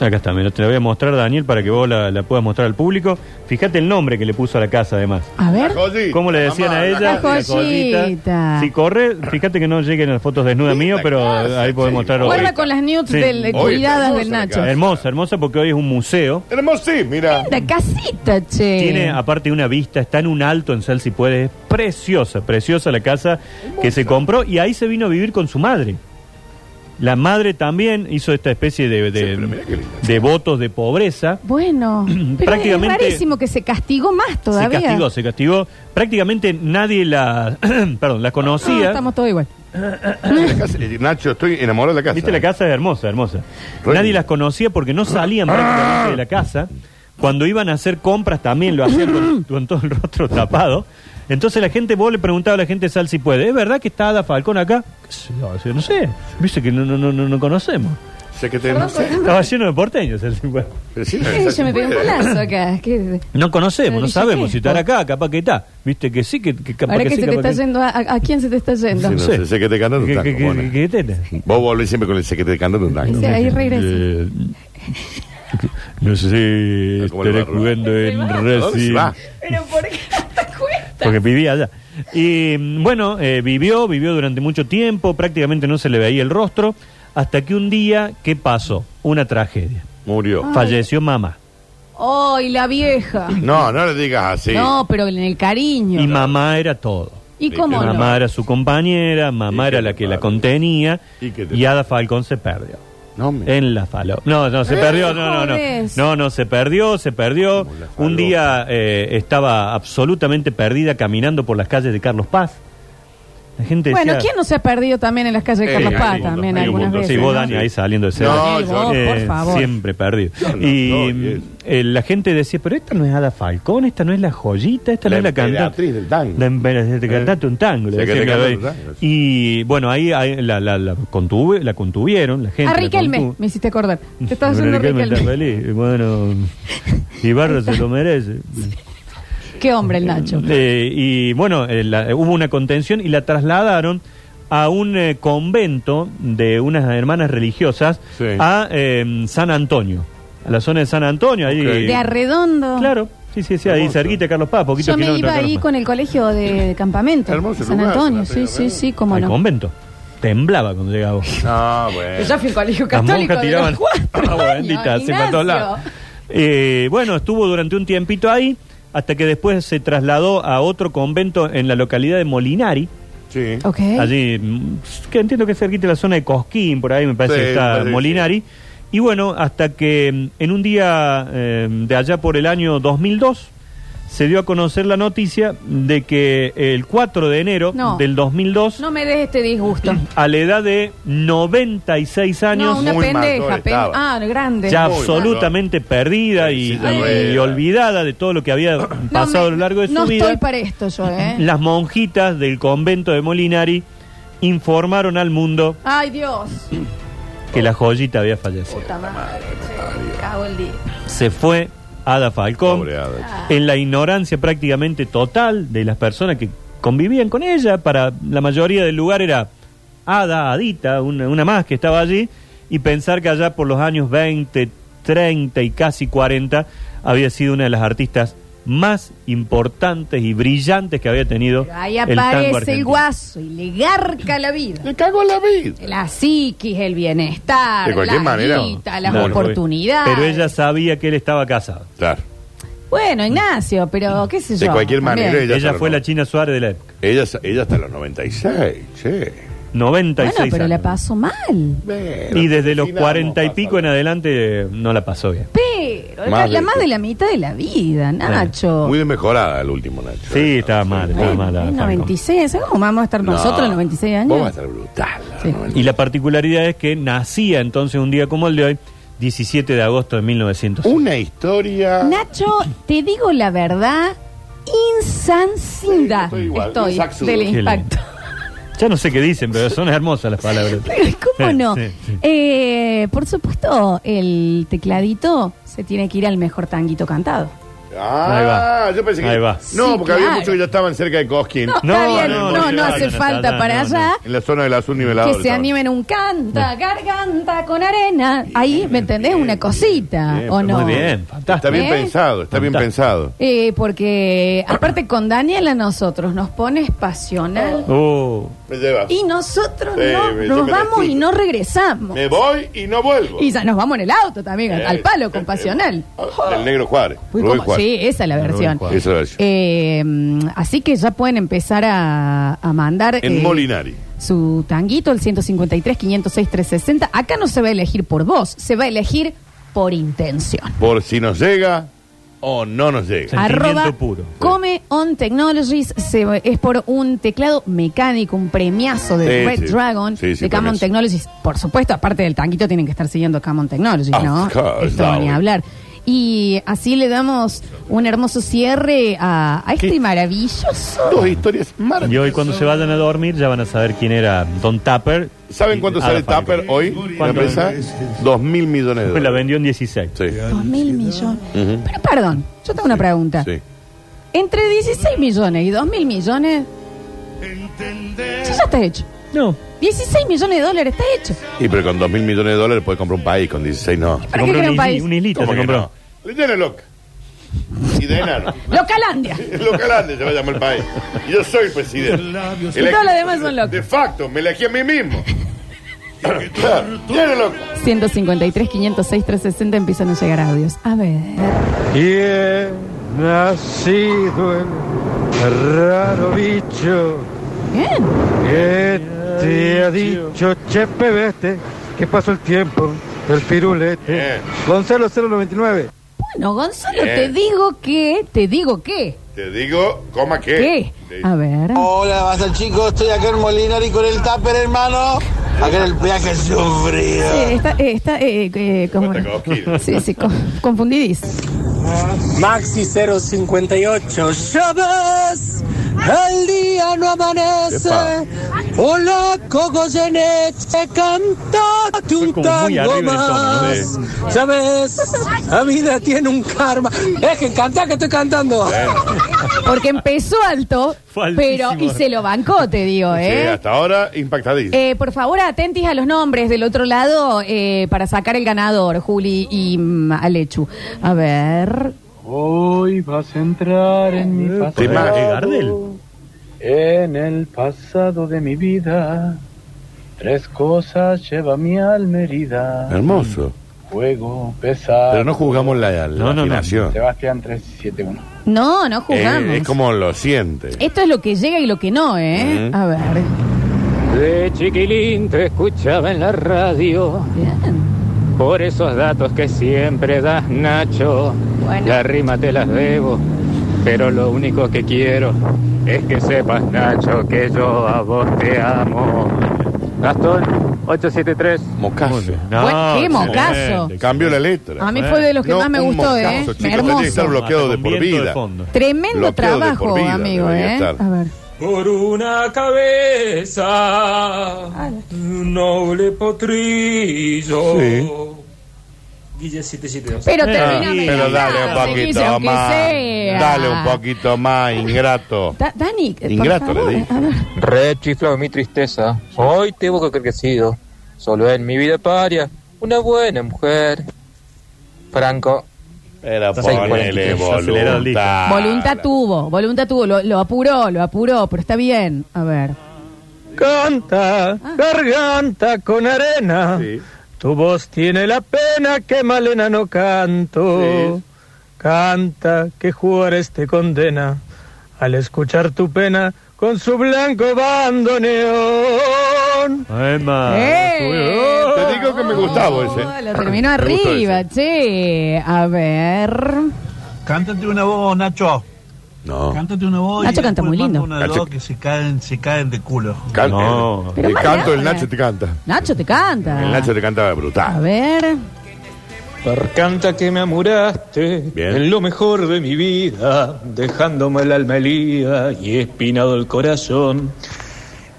[SPEAKER 3] Acá está, mira, te la voy a mostrar, Daniel, para que vos la, la puedas mostrar al público. Fíjate el nombre que le puso a la casa, además.
[SPEAKER 2] A ver.
[SPEAKER 1] La joyita,
[SPEAKER 3] ¿Cómo le decían
[SPEAKER 1] mamá,
[SPEAKER 3] a ella?
[SPEAKER 1] la
[SPEAKER 2] ¿Eh? La
[SPEAKER 1] joyita.
[SPEAKER 2] joyita.
[SPEAKER 3] joyita. Si corre, fíjate que no lleguen las fotos desnudas
[SPEAKER 1] Sí,
[SPEAKER 3] mío,
[SPEAKER 1] la
[SPEAKER 3] pero
[SPEAKER 1] casa,
[SPEAKER 3] ahí podemos
[SPEAKER 1] sí.
[SPEAKER 3] mostrar otra.
[SPEAKER 2] Guarda con las nudes
[SPEAKER 3] Sí.
[SPEAKER 2] del-
[SPEAKER 3] Hoy
[SPEAKER 1] está
[SPEAKER 2] cuidadas del
[SPEAKER 1] hermosa la
[SPEAKER 2] Nacho.
[SPEAKER 1] casa.
[SPEAKER 3] Hermosa, hermosa, porque hoy es un museo.
[SPEAKER 1] Hermoso, sí,
[SPEAKER 2] *laughs*
[SPEAKER 1] mira.
[SPEAKER 2] La casita, che.
[SPEAKER 3] Tiene aparte una vista, está en un alto en Sal, si puedes. Es Preciosa, preciosa la casa que se compró y ahí se vino a vivir con su madre. La madre también hizo esta especie de, de-
[SPEAKER 1] Sí, pero mirá qué linda.
[SPEAKER 3] de votos de pobreza. *clears throat*
[SPEAKER 2] Bueno, pero
[SPEAKER 3] Prácticamente-
[SPEAKER 2] es rarísimo que se castigó más todavía.
[SPEAKER 3] Se castigó, se castigó. Prácticamente nadie la, *clears throat* perdón, la
[SPEAKER 2] No,
[SPEAKER 3] conocía.
[SPEAKER 2] estamos todos igual.
[SPEAKER 1] La casa- eh, Nacho, estoy enamorado de la casa.
[SPEAKER 3] Viste, la casa es hermosa, hermosa.
[SPEAKER 1] Re-
[SPEAKER 3] Nadie las conocía porque no salían prácticamente de la casa. Cuando iban a hacer compras también lo hacían con, con todo el rostro tapado. Entonces la gente, vos le preguntaba a la gente sal si puede. ¿Es verdad que está Ada Falcón acá? ¿Qué sé yo? Así, No sé. Viste que no, no, no, no, no conocemos.
[SPEAKER 1] Sé que te no sé.
[SPEAKER 3] Estaba lleno de porteños. Sal Si Puede.
[SPEAKER 1] pero sí,
[SPEAKER 2] Eh,
[SPEAKER 1] la
[SPEAKER 2] *laughs* yo me pegué un
[SPEAKER 1] casa-
[SPEAKER 2] palazo acá. ¿Qué?
[SPEAKER 3] No conocemos, no
[SPEAKER 2] Pero, ¿y
[SPEAKER 3] sabemos
[SPEAKER 2] qué?
[SPEAKER 3] si estará acá, capaz que está. Viste que sí, que, que capaz
[SPEAKER 2] Ahora que,
[SPEAKER 3] sí,
[SPEAKER 2] se te
[SPEAKER 3] capaz
[SPEAKER 2] está
[SPEAKER 3] que-
[SPEAKER 2] yendo, a, a- a quién se te está yendo?
[SPEAKER 1] Sí, no sé, sé que te cantan un
[SPEAKER 3] que-
[SPEAKER 1] tango.
[SPEAKER 3] que- que-
[SPEAKER 1] bueno.
[SPEAKER 3] que- que- que-
[SPEAKER 1] Vos volvés siempre con el sé que te cantan un tango.
[SPEAKER 2] Sí, ahí regresa.
[SPEAKER 3] Eh, *laughs* no sé si
[SPEAKER 1] ¿Cómo le
[SPEAKER 3] estaré
[SPEAKER 1] va, Rubén?
[SPEAKER 3] jugando en
[SPEAKER 1] ¿A dónde se
[SPEAKER 3] Racing.
[SPEAKER 1] va?
[SPEAKER 2] Pero ¿por qué te cuesta?
[SPEAKER 3] Porque vivía allá. Y mm, bueno, eh, vivió, vivió durante mucho tiempo, prácticamente no se le veía el rostro, hasta que un día, ¿qué pasó? Una tragedia.
[SPEAKER 1] Murió.
[SPEAKER 2] Ah.
[SPEAKER 3] Falleció mamá.
[SPEAKER 2] ¡Ay, la vieja!
[SPEAKER 1] No, no le digas así.
[SPEAKER 2] No, pero en el cariño.
[SPEAKER 3] Y mamá era todo.
[SPEAKER 2] ¿Y cómo no?
[SPEAKER 3] mamá era su compañera, mamá
[SPEAKER 1] ¿Y qué
[SPEAKER 3] era la
[SPEAKER 1] te
[SPEAKER 3] que la
[SPEAKER 1] pasa?
[SPEAKER 3] contenía,
[SPEAKER 1] ¿Y qué te
[SPEAKER 3] y Ada Falcón se perdió.
[SPEAKER 1] No me-
[SPEAKER 3] En la falo. No, no, se
[SPEAKER 2] Eh,
[SPEAKER 3] perdió, no, no, no.
[SPEAKER 2] jodes.
[SPEAKER 3] No, no, se perdió, se perdió.
[SPEAKER 1] Como la falopa.
[SPEAKER 3] Un día eh, estaba absolutamente perdida caminando por las calles de Carlos Paz. La gente
[SPEAKER 2] Bueno,
[SPEAKER 3] decía...
[SPEAKER 2] ¿quién no se ha perdido también en las calles de
[SPEAKER 1] Eh,
[SPEAKER 2] Carlos
[SPEAKER 1] hay
[SPEAKER 2] Paz
[SPEAKER 1] un montón,
[SPEAKER 2] también
[SPEAKER 1] hay un
[SPEAKER 2] algunas
[SPEAKER 1] montón.
[SPEAKER 2] veces?
[SPEAKER 3] Sí, vos,
[SPEAKER 2] ¿no?
[SPEAKER 3] Dani, ahí saliendo de
[SPEAKER 1] No,
[SPEAKER 3] Cera.
[SPEAKER 2] Daniel, vos,
[SPEAKER 3] Eh,
[SPEAKER 2] por favor.
[SPEAKER 3] Siempre perdido.
[SPEAKER 1] No, no,
[SPEAKER 3] y
[SPEAKER 1] no, bien.
[SPEAKER 3] eh, la gente decía, pero esta no es Ada Falcón, esta no es la joyita, esta
[SPEAKER 1] La
[SPEAKER 3] no es la cantante.
[SPEAKER 1] emperatriz del tango.
[SPEAKER 3] La emperatriz, te
[SPEAKER 1] Eh.
[SPEAKER 3] cantaste un tango. le
[SPEAKER 1] Sí, que
[SPEAKER 3] decían
[SPEAKER 1] te
[SPEAKER 3] cada
[SPEAKER 1] cantaste
[SPEAKER 3] vez.
[SPEAKER 1] un tango, sí.
[SPEAKER 3] Y bueno, ahí, ahí la, la, la contuve, la contuvieron, la gente.
[SPEAKER 2] A
[SPEAKER 3] la
[SPEAKER 2] Ah, Riquelme,
[SPEAKER 3] contuvo.
[SPEAKER 2] me hiciste acordar. Te estaba
[SPEAKER 3] Pero
[SPEAKER 2] haciendo
[SPEAKER 3] Riquelme está
[SPEAKER 2] Riquelme.
[SPEAKER 3] feliz. Y Bueno, Ibarra se lo merece.
[SPEAKER 2] Qué hombre el Nacho.
[SPEAKER 3] Eh, y bueno, eh, la- hubo una contención y la trasladaron a un eh, convento de unas hermanas religiosas
[SPEAKER 1] Sí.
[SPEAKER 3] a eh, San Antonio, a la zona de San Antonio. Ahí, eh,
[SPEAKER 1] Ok.
[SPEAKER 2] De Arredondo.
[SPEAKER 3] Claro, sí, sí, sí, ahí
[SPEAKER 1] Hermoso.
[SPEAKER 3] cerquita de Carlos Paz, poquito
[SPEAKER 2] Yo me iba ahí con el colegio de, de campamento.
[SPEAKER 1] Hermoso
[SPEAKER 2] San
[SPEAKER 1] lugar,
[SPEAKER 2] Antonio,
[SPEAKER 1] San Antonio,
[SPEAKER 2] sí, sí,
[SPEAKER 1] ¿verdad?
[SPEAKER 2] sí, cómo
[SPEAKER 3] Al
[SPEAKER 2] no.
[SPEAKER 3] convento. Temblaba cuando llegaba.
[SPEAKER 1] No, Ah, bueno.
[SPEAKER 2] Yo fui al colegio
[SPEAKER 3] Las
[SPEAKER 2] católico
[SPEAKER 3] monjas
[SPEAKER 2] de
[SPEAKER 3] tiraban
[SPEAKER 2] los *laughs*
[SPEAKER 3] *laughs*
[SPEAKER 2] cuatro
[SPEAKER 3] agua
[SPEAKER 2] años,
[SPEAKER 3] bendita se
[SPEAKER 2] Ignacio.
[SPEAKER 3] mató al lado. Eh, bueno, estuvo durante un tiempito ahí, hasta que después se trasladó a otro convento en la localidad de Molinari.
[SPEAKER 1] Sí.
[SPEAKER 2] Ok.
[SPEAKER 3] Allí, mm, que entiendo que es cerquita de la zona de Cosquín, por ahí me parece
[SPEAKER 1] Sí,
[SPEAKER 3] que está
[SPEAKER 1] parece que
[SPEAKER 3] Molinari. Y bueno, hasta que mm, en un día eh, de allá por el año 2002 se dio a conocer la noticia de que el 4 de enero
[SPEAKER 2] No.
[SPEAKER 3] del 2002,
[SPEAKER 2] No me des este disgusto.
[SPEAKER 3] a la edad de 96 años,
[SPEAKER 2] No, una
[SPEAKER 1] Muy
[SPEAKER 2] pendeja.
[SPEAKER 1] mayor
[SPEAKER 2] pen-
[SPEAKER 1] estaba.
[SPEAKER 2] Ah, grande.
[SPEAKER 3] ya
[SPEAKER 1] Muy
[SPEAKER 3] absolutamente perdida y,
[SPEAKER 1] Sí, la
[SPEAKER 3] y-
[SPEAKER 1] rueda.
[SPEAKER 3] y olvidada de todo lo que había
[SPEAKER 2] No,
[SPEAKER 3] pasado a
[SPEAKER 2] me-
[SPEAKER 3] lo largo de su
[SPEAKER 2] no
[SPEAKER 3] vida.
[SPEAKER 2] estoy para esto yo,
[SPEAKER 3] *laughs*
[SPEAKER 2] ¿eh?
[SPEAKER 3] Las monjitas del convento de Molinari informaron al mundo
[SPEAKER 2] Ay, Dios.
[SPEAKER 3] que la joyita había fallecido.
[SPEAKER 2] Puta madre. che, Cago el día.
[SPEAKER 3] Se fue Ada Falcón
[SPEAKER 1] Pobre
[SPEAKER 2] Ah.
[SPEAKER 1] Ada.
[SPEAKER 3] en la ignorancia prácticamente total de las personas que convivían con ella. Para la mayoría del lugar era Ada, Adita, una, una más que estaba allí. Y pensar que allá por los años 20, 30 y casi 40 había sido una de las artistas más importantes y brillantes que había tenido.
[SPEAKER 2] Ahí
[SPEAKER 3] el tango
[SPEAKER 2] aparece el,
[SPEAKER 3] argentino.
[SPEAKER 2] guaso y le garca la vida.
[SPEAKER 1] Le cago en la vida.
[SPEAKER 2] La psiquis, el bienestar,
[SPEAKER 1] De cualquier
[SPEAKER 2] la
[SPEAKER 1] manera,
[SPEAKER 2] guita, las
[SPEAKER 3] Claro.
[SPEAKER 2] oportunidades.
[SPEAKER 3] Pero ella sabía que él estaba casado.
[SPEAKER 1] Claro.
[SPEAKER 2] Bueno, Ignacio, pero qué sé yo.
[SPEAKER 1] De cualquier
[SPEAKER 2] también.
[SPEAKER 1] manera,
[SPEAKER 3] Ella,
[SPEAKER 1] ella, está
[SPEAKER 3] fue
[SPEAKER 1] a
[SPEAKER 3] la
[SPEAKER 1] los-
[SPEAKER 3] China Suárez de la época.
[SPEAKER 1] Ella, ella hasta los 96, che.
[SPEAKER 3] 96
[SPEAKER 2] Bueno, pero la
[SPEAKER 3] años.
[SPEAKER 2] pasó mal.
[SPEAKER 1] Bueno,
[SPEAKER 3] Y desde los
[SPEAKER 1] si no,
[SPEAKER 3] 40 y
[SPEAKER 1] vamos a
[SPEAKER 3] pico en adelante eh, no la pasó bien.
[SPEAKER 2] Pero
[SPEAKER 1] Más
[SPEAKER 2] la, la
[SPEAKER 1] de-
[SPEAKER 2] más de la mitad de la vida, Nacho.
[SPEAKER 1] Muy de mejorada el último, Nacho.
[SPEAKER 3] Sí, estaba mal, estaba
[SPEAKER 2] Bueno,
[SPEAKER 3] mal. la
[SPEAKER 2] es
[SPEAKER 3] Falcón.
[SPEAKER 2] 96, ¿sabes cómo vamos a estar nosotros en 96 años?
[SPEAKER 1] Vos vas a estar brutal.
[SPEAKER 2] Sí.
[SPEAKER 3] Y la particularidad es que nacía entonces un día como el de hoy, 17 de agosto de 1900.
[SPEAKER 1] Una historia.
[SPEAKER 2] Nacho, te digo la verdad, insancida
[SPEAKER 1] Estoy igual,
[SPEAKER 2] estoy
[SPEAKER 1] insaxudo.
[SPEAKER 2] del
[SPEAKER 1] Qué
[SPEAKER 2] impacto.
[SPEAKER 3] Ya no sé qué dicen, pero son hermosas las palabras.
[SPEAKER 2] Pero *laughs* ¿Cómo
[SPEAKER 3] Sí,
[SPEAKER 2] no?
[SPEAKER 3] sí, sí.
[SPEAKER 2] Eh, por supuesto, el tecladito se tiene que ir al mejor tanguito cantado.
[SPEAKER 1] Ah,
[SPEAKER 3] Ahí va.
[SPEAKER 1] yo pensé que.
[SPEAKER 3] Ahí va.
[SPEAKER 1] No,
[SPEAKER 2] Sí,
[SPEAKER 1] porque
[SPEAKER 2] claro.
[SPEAKER 1] había muchos que ya estaban cerca de Cosquín.
[SPEAKER 2] No,
[SPEAKER 3] No,
[SPEAKER 2] está bien, no,
[SPEAKER 3] no,
[SPEAKER 2] no,
[SPEAKER 3] no, no,
[SPEAKER 2] hace
[SPEAKER 3] no,
[SPEAKER 2] falta
[SPEAKER 3] no,
[SPEAKER 2] para
[SPEAKER 3] no,
[SPEAKER 2] allá.
[SPEAKER 1] En la zona del azul nivelado.
[SPEAKER 2] Que se animen un canta, garganta con arena. Ahí, ¿me entendés? Una cosita,
[SPEAKER 1] bien,
[SPEAKER 2] ¿o
[SPEAKER 1] pero
[SPEAKER 2] no?
[SPEAKER 3] Muy bien,
[SPEAKER 1] Está
[SPEAKER 3] fantástico.
[SPEAKER 1] bien
[SPEAKER 2] ¿Eh?
[SPEAKER 1] pensado, está bien pensado.
[SPEAKER 2] Eh, porque aparte con Daniel a nosotros nos pones pasional
[SPEAKER 3] Uh,
[SPEAKER 1] Me llevas.
[SPEAKER 2] y nosotros
[SPEAKER 1] Sí,
[SPEAKER 2] no,
[SPEAKER 1] me- yo
[SPEAKER 2] nos
[SPEAKER 1] me
[SPEAKER 2] vamos y
[SPEAKER 1] destruyo.
[SPEAKER 2] no regresamos.
[SPEAKER 1] Me voy y no vuelvo.
[SPEAKER 2] Y ya nos vamos en el auto también, al,
[SPEAKER 1] Eh,
[SPEAKER 2] al palo
[SPEAKER 1] eh,
[SPEAKER 2] con
[SPEAKER 1] eh,
[SPEAKER 2] pasional.
[SPEAKER 1] ah, Del negro Juárez.
[SPEAKER 2] Uy,
[SPEAKER 1] Rubén
[SPEAKER 2] ¿cómo?
[SPEAKER 1] Juárez.
[SPEAKER 2] Sí, esa es la versión.
[SPEAKER 1] Esa es la versión.
[SPEAKER 2] Eh, mm, así que ya pueden empezar a, a mandar
[SPEAKER 1] En
[SPEAKER 2] eh,
[SPEAKER 1] Molinari.
[SPEAKER 2] su tanguito, el 153, 506, 360. Acá no se va a elegir por voz, se va a elegir por intención.
[SPEAKER 1] Por si nos llega o no nos llega.
[SPEAKER 3] Sentimiento
[SPEAKER 2] Arroba
[SPEAKER 3] puro. pues.
[SPEAKER 2] Come On Technologies se, es por un teclado mecánico, un premiazo de
[SPEAKER 1] Sí,
[SPEAKER 2] Red
[SPEAKER 1] sí.
[SPEAKER 2] Dragon
[SPEAKER 1] Sí, sí,
[SPEAKER 2] de Come
[SPEAKER 1] premiazo.
[SPEAKER 2] On Technologies. Por supuesto, aparte del tanquito, tienen que estar siguiendo Come On Technologies,
[SPEAKER 1] Of
[SPEAKER 2] ¿no?
[SPEAKER 1] course,
[SPEAKER 2] Esto ni
[SPEAKER 1] darling.
[SPEAKER 2] hablar. Y así le damos un hermoso cierre a, a este maravilloso.
[SPEAKER 1] Dos historias
[SPEAKER 3] y
[SPEAKER 1] maravillosas.
[SPEAKER 3] hoy cuando se vayan a dormir ya van a saber quién era Don Tupper.
[SPEAKER 1] ¿Saben cuánto
[SPEAKER 3] Y-
[SPEAKER 1] sale
[SPEAKER 3] Ada Faber.
[SPEAKER 1] Tupper hoy? ¿La
[SPEAKER 3] ¿Cuánto?
[SPEAKER 1] empresa? Dos mil millones de
[SPEAKER 3] Pues La
[SPEAKER 1] dólares.
[SPEAKER 3] vendió en 16.
[SPEAKER 1] Sí.
[SPEAKER 2] Dos mil millones. Pero perdón, yo tengo una pregunta.
[SPEAKER 1] Sí.
[SPEAKER 2] Entre 16 millones y 2 mil millones. Sí, ya está hecho.
[SPEAKER 3] No,
[SPEAKER 2] 16 millones de dólares está hecho.
[SPEAKER 1] Y pero con dos mil millones de dólares puede comprar un país, con 16 no.
[SPEAKER 3] se
[SPEAKER 2] ¿Para qué
[SPEAKER 3] compró
[SPEAKER 2] quiere
[SPEAKER 3] una,
[SPEAKER 2] un
[SPEAKER 3] isli-
[SPEAKER 2] país?
[SPEAKER 3] una islita,
[SPEAKER 1] ¿Cómo
[SPEAKER 3] se
[SPEAKER 1] que
[SPEAKER 3] compró.
[SPEAKER 1] no? Le tiene loca. Y de enano.
[SPEAKER 2] Localandia.
[SPEAKER 1] Localande se va a llamar el país. Y yo soy el presidente.
[SPEAKER 2] Y todos los demás son locos.
[SPEAKER 1] De facto, me elegí a mí mismo. *coughs* Claro, tiene loco.
[SPEAKER 2] 153, 506, 360 empiezan a llegar audios. A ver.
[SPEAKER 6] Y he nacido el raro bicho
[SPEAKER 2] Bien.
[SPEAKER 6] que te ha dicho, chepe vete, que pasó el tiempo del pirulete.
[SPEAKER 1] Bien.
[SPEAKER 6] Gonzalo 099.
[SPEAKER 2] Bueno, Gonzalo,
[SPEAKER 1] Bien.
[SPEAKER 2] te digo que. Te digo que.
[SPEAKER 1] Te digo, coma
[SPEAKER 2] ¿Qué? Ah,
[SPEAKER 1] que.
[SPEAKER 2] A ver.
[SPEAKER 7] Oh.
[SPEAKER 8] Hola, basta chicos, estoy acá en Molinari con el tupper, hermano. Acá en el peaje sufrido.
[SPEAKER 2] Eh, está, eh, está, eh, eh, como-
[SPEAKER 1] Cuenta
[SPEAKER 2] *laughs*
[SPEAKER 1] cosquillas.
[SPEAKER 2] Sí, sí, co- confundidís.
[SPEAKER 8] Maxi 058, llaves, el día no
[SPEAKER 1] Epa.
[SPEAKER 8] amanece. Hola, Coco Geneche, cantate un
[SPEAKER 3] como muy arriba
[SPEAKER 8] tango
[SPEAKER 3] el tono,
[SPEAKER 8] más. Ya ves, la vida tiene un karma. Dejen cantar que estoy cantando.
[SPEAKER 2] Porque empezó alto,
[SPEAKER 3] Fue altísimo.
[SPEAKER 2] pero. Y se lo bancó, te digo,
[SPEAKER 1] Sí,
[SPEAKER 2] ¿eh?
[SPEAKER 1] hasta ahora impactadísimo.
[SPEAKER 2] Eh, por favor, atentis a los nombres del otro lado eh, para sacar el ganador, Juli y mm, Alechu. A ver.
[SPEAKER 9] Hoy vas a entrar en mi
[SPEAKER 1] Te
[SPEAKER 3] ¿Por
[SPEAKER 1] ma-
[SPEAKER 3] qué
[SPEAKER 9] pasado,
[SPEAKER 3] eh, Gardel?
[SPEAKER 9] en el pasado de mi vida. Tres cosas lleva mi alma
[SPEAKER 2] Eh.
[SPEAKER 9] herida.
[SPEAKER 1] Hermoso.
[SPEAKER 9] Fuego, pesar.
[SPEAKER 1] Pero no juzgamos la, la
[SPEAKER 3] No, no, no.
[SPEAKER 1] afinación.
[SPEAKER 9] Sebastián 371.
[SPEAKER 2] No, no jugamos.
[SPEAKER 1] Eh, es como lo siente.
[SPEAKER 2] Esto es lo que llega y lo que no, ¿eh?
[SPEAKER 1] Ujú.
[SPEAKER 2] A ver.
[SPEAKER 10] De chiquilín te escuchaba en la radio
[SPEAKER 2] Bien.
[SPEAKER 10] por esos datos que siempre das, Nacho.
[SPEAKER 2] Bueno.
[SPEAKER 10] La rima te las debo, pero lo único que quiero es que sepas, Nacho, que yo a vos te amo. Gastón 873.
[SPEAKER 1] Mocaso.
[SPEAKER 3] No,
[SPEAKER 2] Buen- qué
[SPEAKER 3] excelente,
[SPEAKER 2] mocaso.
[SPEAKER 3] excelente.
[SPEAKER 1] Cambió la letra.
[SPEAKER 2] A mí
[SPEAKER 3] Bueno.
[SPEAKER 2] fue de los que
[SPEAKER 1] No,
[SPEAKER 2] más me
[SPEAKER 1] un
[SPEAKER 2] gustó,
[SPEAKER 1] mocazo,
[SPEAKER 2] ¿eh?
[SPEAKER 1] chicos, tendría que estar
[SPEAKER 2] Hermoso.
[SPEAKER 1] bloqueado de
[SPEAKER 3] Hasta con
[SPEAKER 1] por
[SPEAKER 3] viento de
[SPEAKER 1] vida.
[SPEAKER 3] fondo.
[SPEAKER 2] Tremendo
[SPEAKER 1] bloqueado de
[SPEAKER 2] trabajo,
[SPEAKER 1] por vida
[SPEAKER 2] amigo,
[SPEAKER 1] debería
[SPEAKER 2] ¿eh?
[SPEAKER 1] estar.
[SPEAKER 2] A ver.
[SPEAKER 4] Por una cabeza, un noble potrillo.
[SPEAKER 1] Sí.
[SPEAKER 4] Guille 772.
[SPEAKER 2] Pero
[SPEAKER 3] Eh,
[SPEAKER 2] terminame.
[SPEAKER 1] Pero
[SPEAKER 2] la
[SPEAKER 1] dale un
[SPEAKER 2] frase, Guille,
[SPEAKER 1] poquito
[SPEAKER 2] aunque
[SPEAKER 1] más.
[SPEAKER 2] sea.
[SPEAKER 1] Dale un poquito más,
[SPEAKER 2] *laughs*
[SPEAKER 1] ingrato.
[SPEAKER 2] Da- Dani, eh,
[SPEAKER 1] Ingrato,
[SPEAKER 2] por favor,
[SPEAKER 1] le dije.
[SPEAKER 2] a ver.
[SPEAKER 11] Re chiflado mi tristeza, hoy te busco crecido, solo en mi vida paria, una buena mujer. Franco.
[SPEAKER 1] Pero
[SPEAKER 3] Entonces,
[SPEAKER 1] ponele
[SPEAKER 3] bueno, acelerado, listo.
[SPEAKER 1] voluntad.
[SPEAKER 2] Voluntad tuvo, voluntad tuvo, lo, lo apuró, lo apuró, pero está bien. A ver.
[SPEAKER 6] Canta, garganta con arena.
[SPEAKER 1] Sí.
[SPEAKER 6] Tu voz tiene la pena que Malena no canto.
[SPEAKER 1] Sí.
[SPEAKER 6] Canta que Juárez te condena al escuchar tu pena con su blanco bandoneón.
[SPEAKER 3] Emma,
[SPEAKER 2] ¡Eh!
[SPEAKER 3] subió.
[SPEAKER 1] Te digo que me gustaba ese.
[SPEAKER 2] Lo terminó
[SPEAKER 1] Me gustó
[SPEAKER 2] arriba,
[SPEAKER 1] ese.
[SPEAKER 2] che. A ver.
[SPEAKER 12] Cántate una voz, Nacho.
[SPEAKER 1] No.
[SPEAKER 12] Cántate una voz. y
[SPEAKER 2] Nacho canta
[SPEAKER 12] después
[SPEAKER 2] muy lindo.
[SPEAKER 12] manda Una de
[SPEAKER 1] Nacho-
[SPEAKER 12] dos que se caen, se caen de culo.
[SPEAKER 1] Can-
[SPEAKER 3] No.
[SPEAKER 1] el-
[SPEAKER 2] Pero
[SPEAKER 1] el
[SPEAKER 2] más
[SPEAKER 1] canto
[SPEAKER 2] de
[SPEAKER 1] el
[SPEAKER 2] ahora. Ah.
[SPEAKER 1] Nacho te canta.
[SPEAKER 2] Nacho te canta.
[SPEAKER 1] El Nacho te canta
[SPEAKER 2] A
[SPEAKER 1] brutal.
[SPEAKER 2] ver.
[SPEAKER 13] Percanta que me amuraste en lo mejor de mi vida, dejándome el alma herida y espinado el corazón.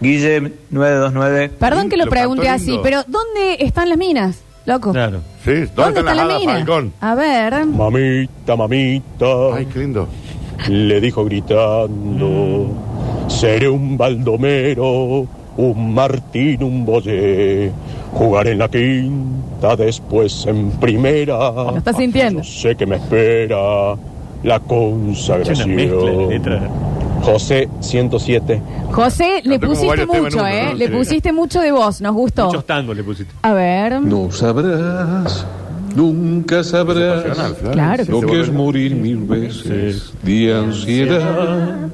[SPEAKER 13] Guille 929.
[SPEAKER 2] Perdón que lo pregunte así, pero ¿dónde están las minas, loco?
[SPEAKER 13] Claro.
[SPEAKER 1] Sí,
[SPEAKER 2] ¿Dónde, están las minas? A ver.
[SPEAKER 3] Mamita,
[SPEAKER 2] Oh.
[SPEAKER 3] mamita. Ay,
[SPEAKER 1] qué lindo.
[SPEAKER 3] Le dijo gritando, seré un baldomero, un martín, un boyé. Jugaré en la quinta, después en primera.
[SPEAKER 2] Lo estás sintiendo.
[SPEAKER 3] Sé que me espera la consagración. José 107.
[SPEAKER 2] José, le
[SPEAKER 3] como
[SPEAKER 2] pusiste
[SPEAKER 3] varios temas en
[SPEAKER 2] mucho,
[SPEAKER 3] uno,
[SPEAKER 2] ¿eh?
[SPEAKER 3] ¿no?
[SPEAKER 2] Le
[SPEAKER 3] Sí.
[SPEAKER 2] pusiste mucho de voz, nos gustó.
[SPEAKER 14] Muchos tangos le pusiste.
[SPEAKER 2] A ver.
[SPEAKER 15] No sabrás, nunca sabrás
[SPEAKER 2] Claro.
[SPEAKER 15] lo que es morir mil veces de ansiedad.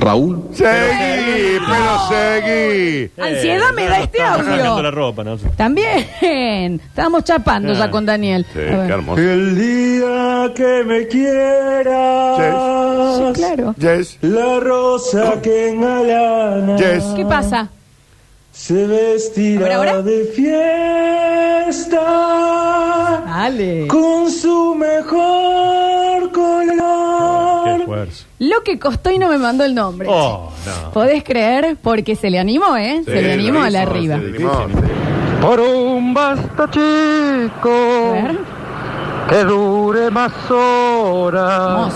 [SPEAKER 15] Raúl.
[SPEAKER 1] Seguí, pero seguí.
[SPEAKER 2] Ansiedad me da este
[SPEAKER 14] Estamos sacando la
[SPEAKER 2] audio.
[SPEAKER 14] ropa, ¿no?
[SPEAKER 2] También. Estábamos chapando ya con Daniel. A ver.
[SPEAKER 1] El
[SPEAKER 8] día que me quieras.
[SPEAKER 2] Sí, claro.
[SPEAKER 8] La rosa que engalana.
[SPEAKER 2] ¿Qué
[SPEAKER 16] Ah.
[SPEAKER 2] pasa?
[SPEAKER 8] Se vestirá de fiesta. Con su mejor color.
[SPEAKER 2] Lo que costó y no me mandó el nombre.
[SPEAKER 8] Oh, no.
[SPEAKER 2] Podés creer porque se le animó, ¿eh? se le animó a la arriba.
[SPEAKER 16] Por un basta chico que dure más horas.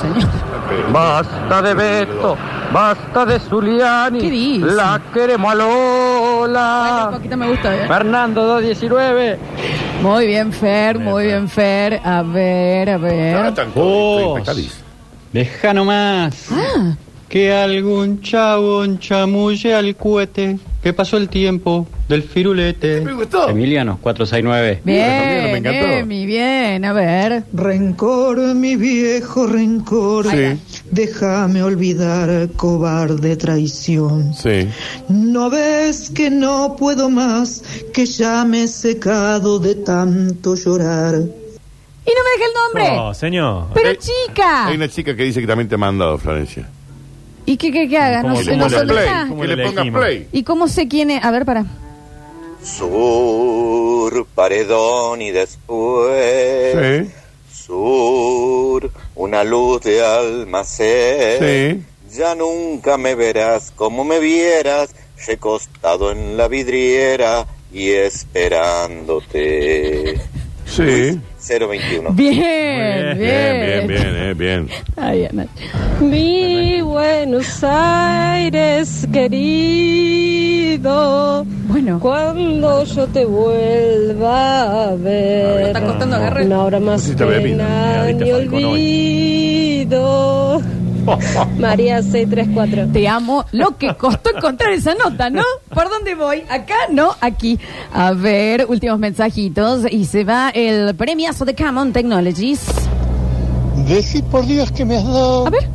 [SPEAKER 16] Basta de Beto, basta de Zuliani. La queremos a Lola.
[SPEAKER 2] Un poquito me gusta, ¿eh?
[SPEAKER 16] Fernando 219.
[SPEAKER 2] Muy bien, Fer, muy bien, Fer. A ver, a ver. Oh.
[SPEAKER 17] Deja nomás que algún chabón chamulle al cuete. Que pasó el tiempo del firulete. Emiliano 469.
[SPEAKER 2] Bien, Emi, bien, a ver.
[SPEAKER 18] Rencor, mi viejo rencor. Déjame olvidar, cobarde traición.
[SPEAKER 1] Sí.
[SPEAKER 18] No ves que no puedo más, que ya me he secado de tanto llorar.
[SPEAKER 2] Y no me deja el nombre.
[SPEAKER 14] Oh,
[SPEAKER 1] No, señor.
[SPEAKER 2] Pero chica.
[SPEAKER 1] Hay una chica que dice que también te ha mandado, Florencia.
[SPEAKER 2] ¿Y qué, qué, qué haga? No
[SPEAKER 1] ¿Cómo
[SPEAKER 2] sé,
[SPEAKER 1] le
[SPEAKER 2] no
[SPEAKER 1] pongas
[SPEAKER 2] sé dónde
[SPEAKER 1] play?
[SPEAKER 2] está.
[SPEAKER 1] ¿Cómo Que le le pongas elegimos? play?
[SPEAKER 2] ¿Y cómo sé quién es? A ver, para.
[SPEAKER 5] Sur, paredón y después. Sur, una luz de almacén. Ya nunca me verás como me vieras, recostado en la vidriera y esperándote.
[SPEAKER 1] Sí.
[SPEAKER 5] 021.
[SPEAKER 1] Bien, bien, bien, bien, eh, bien.
[SPEAKER 19] Mi Buenos Aires querido.
[SPEAKER 2] Bueno.
[SPEAKER 19] Cuando yo te vuelva a ver.
[SPEAKER 2] está costando agarrar.
[SPEAKER 19] Una hora más
[SPEAKER 2] Pusiste bebida.
[SPEAKER 19] pena
[SPEAKER 2] Ahorita
[SPEAKER 19] ni
[SPEAKER 2] Falcón
[SPEAKER 19] olvido. María 634.
[SPEAKER 2] Te amo. Lo que costó encontrar esa nota, ¿no? ¿Por dónde voy? ¿Acá? No, aquí. A ver, últimos mensajitos. Y se va el premiazo de Camon Technologies.
[SPEAKER 20] Decí por Dios que me has dado. A ver.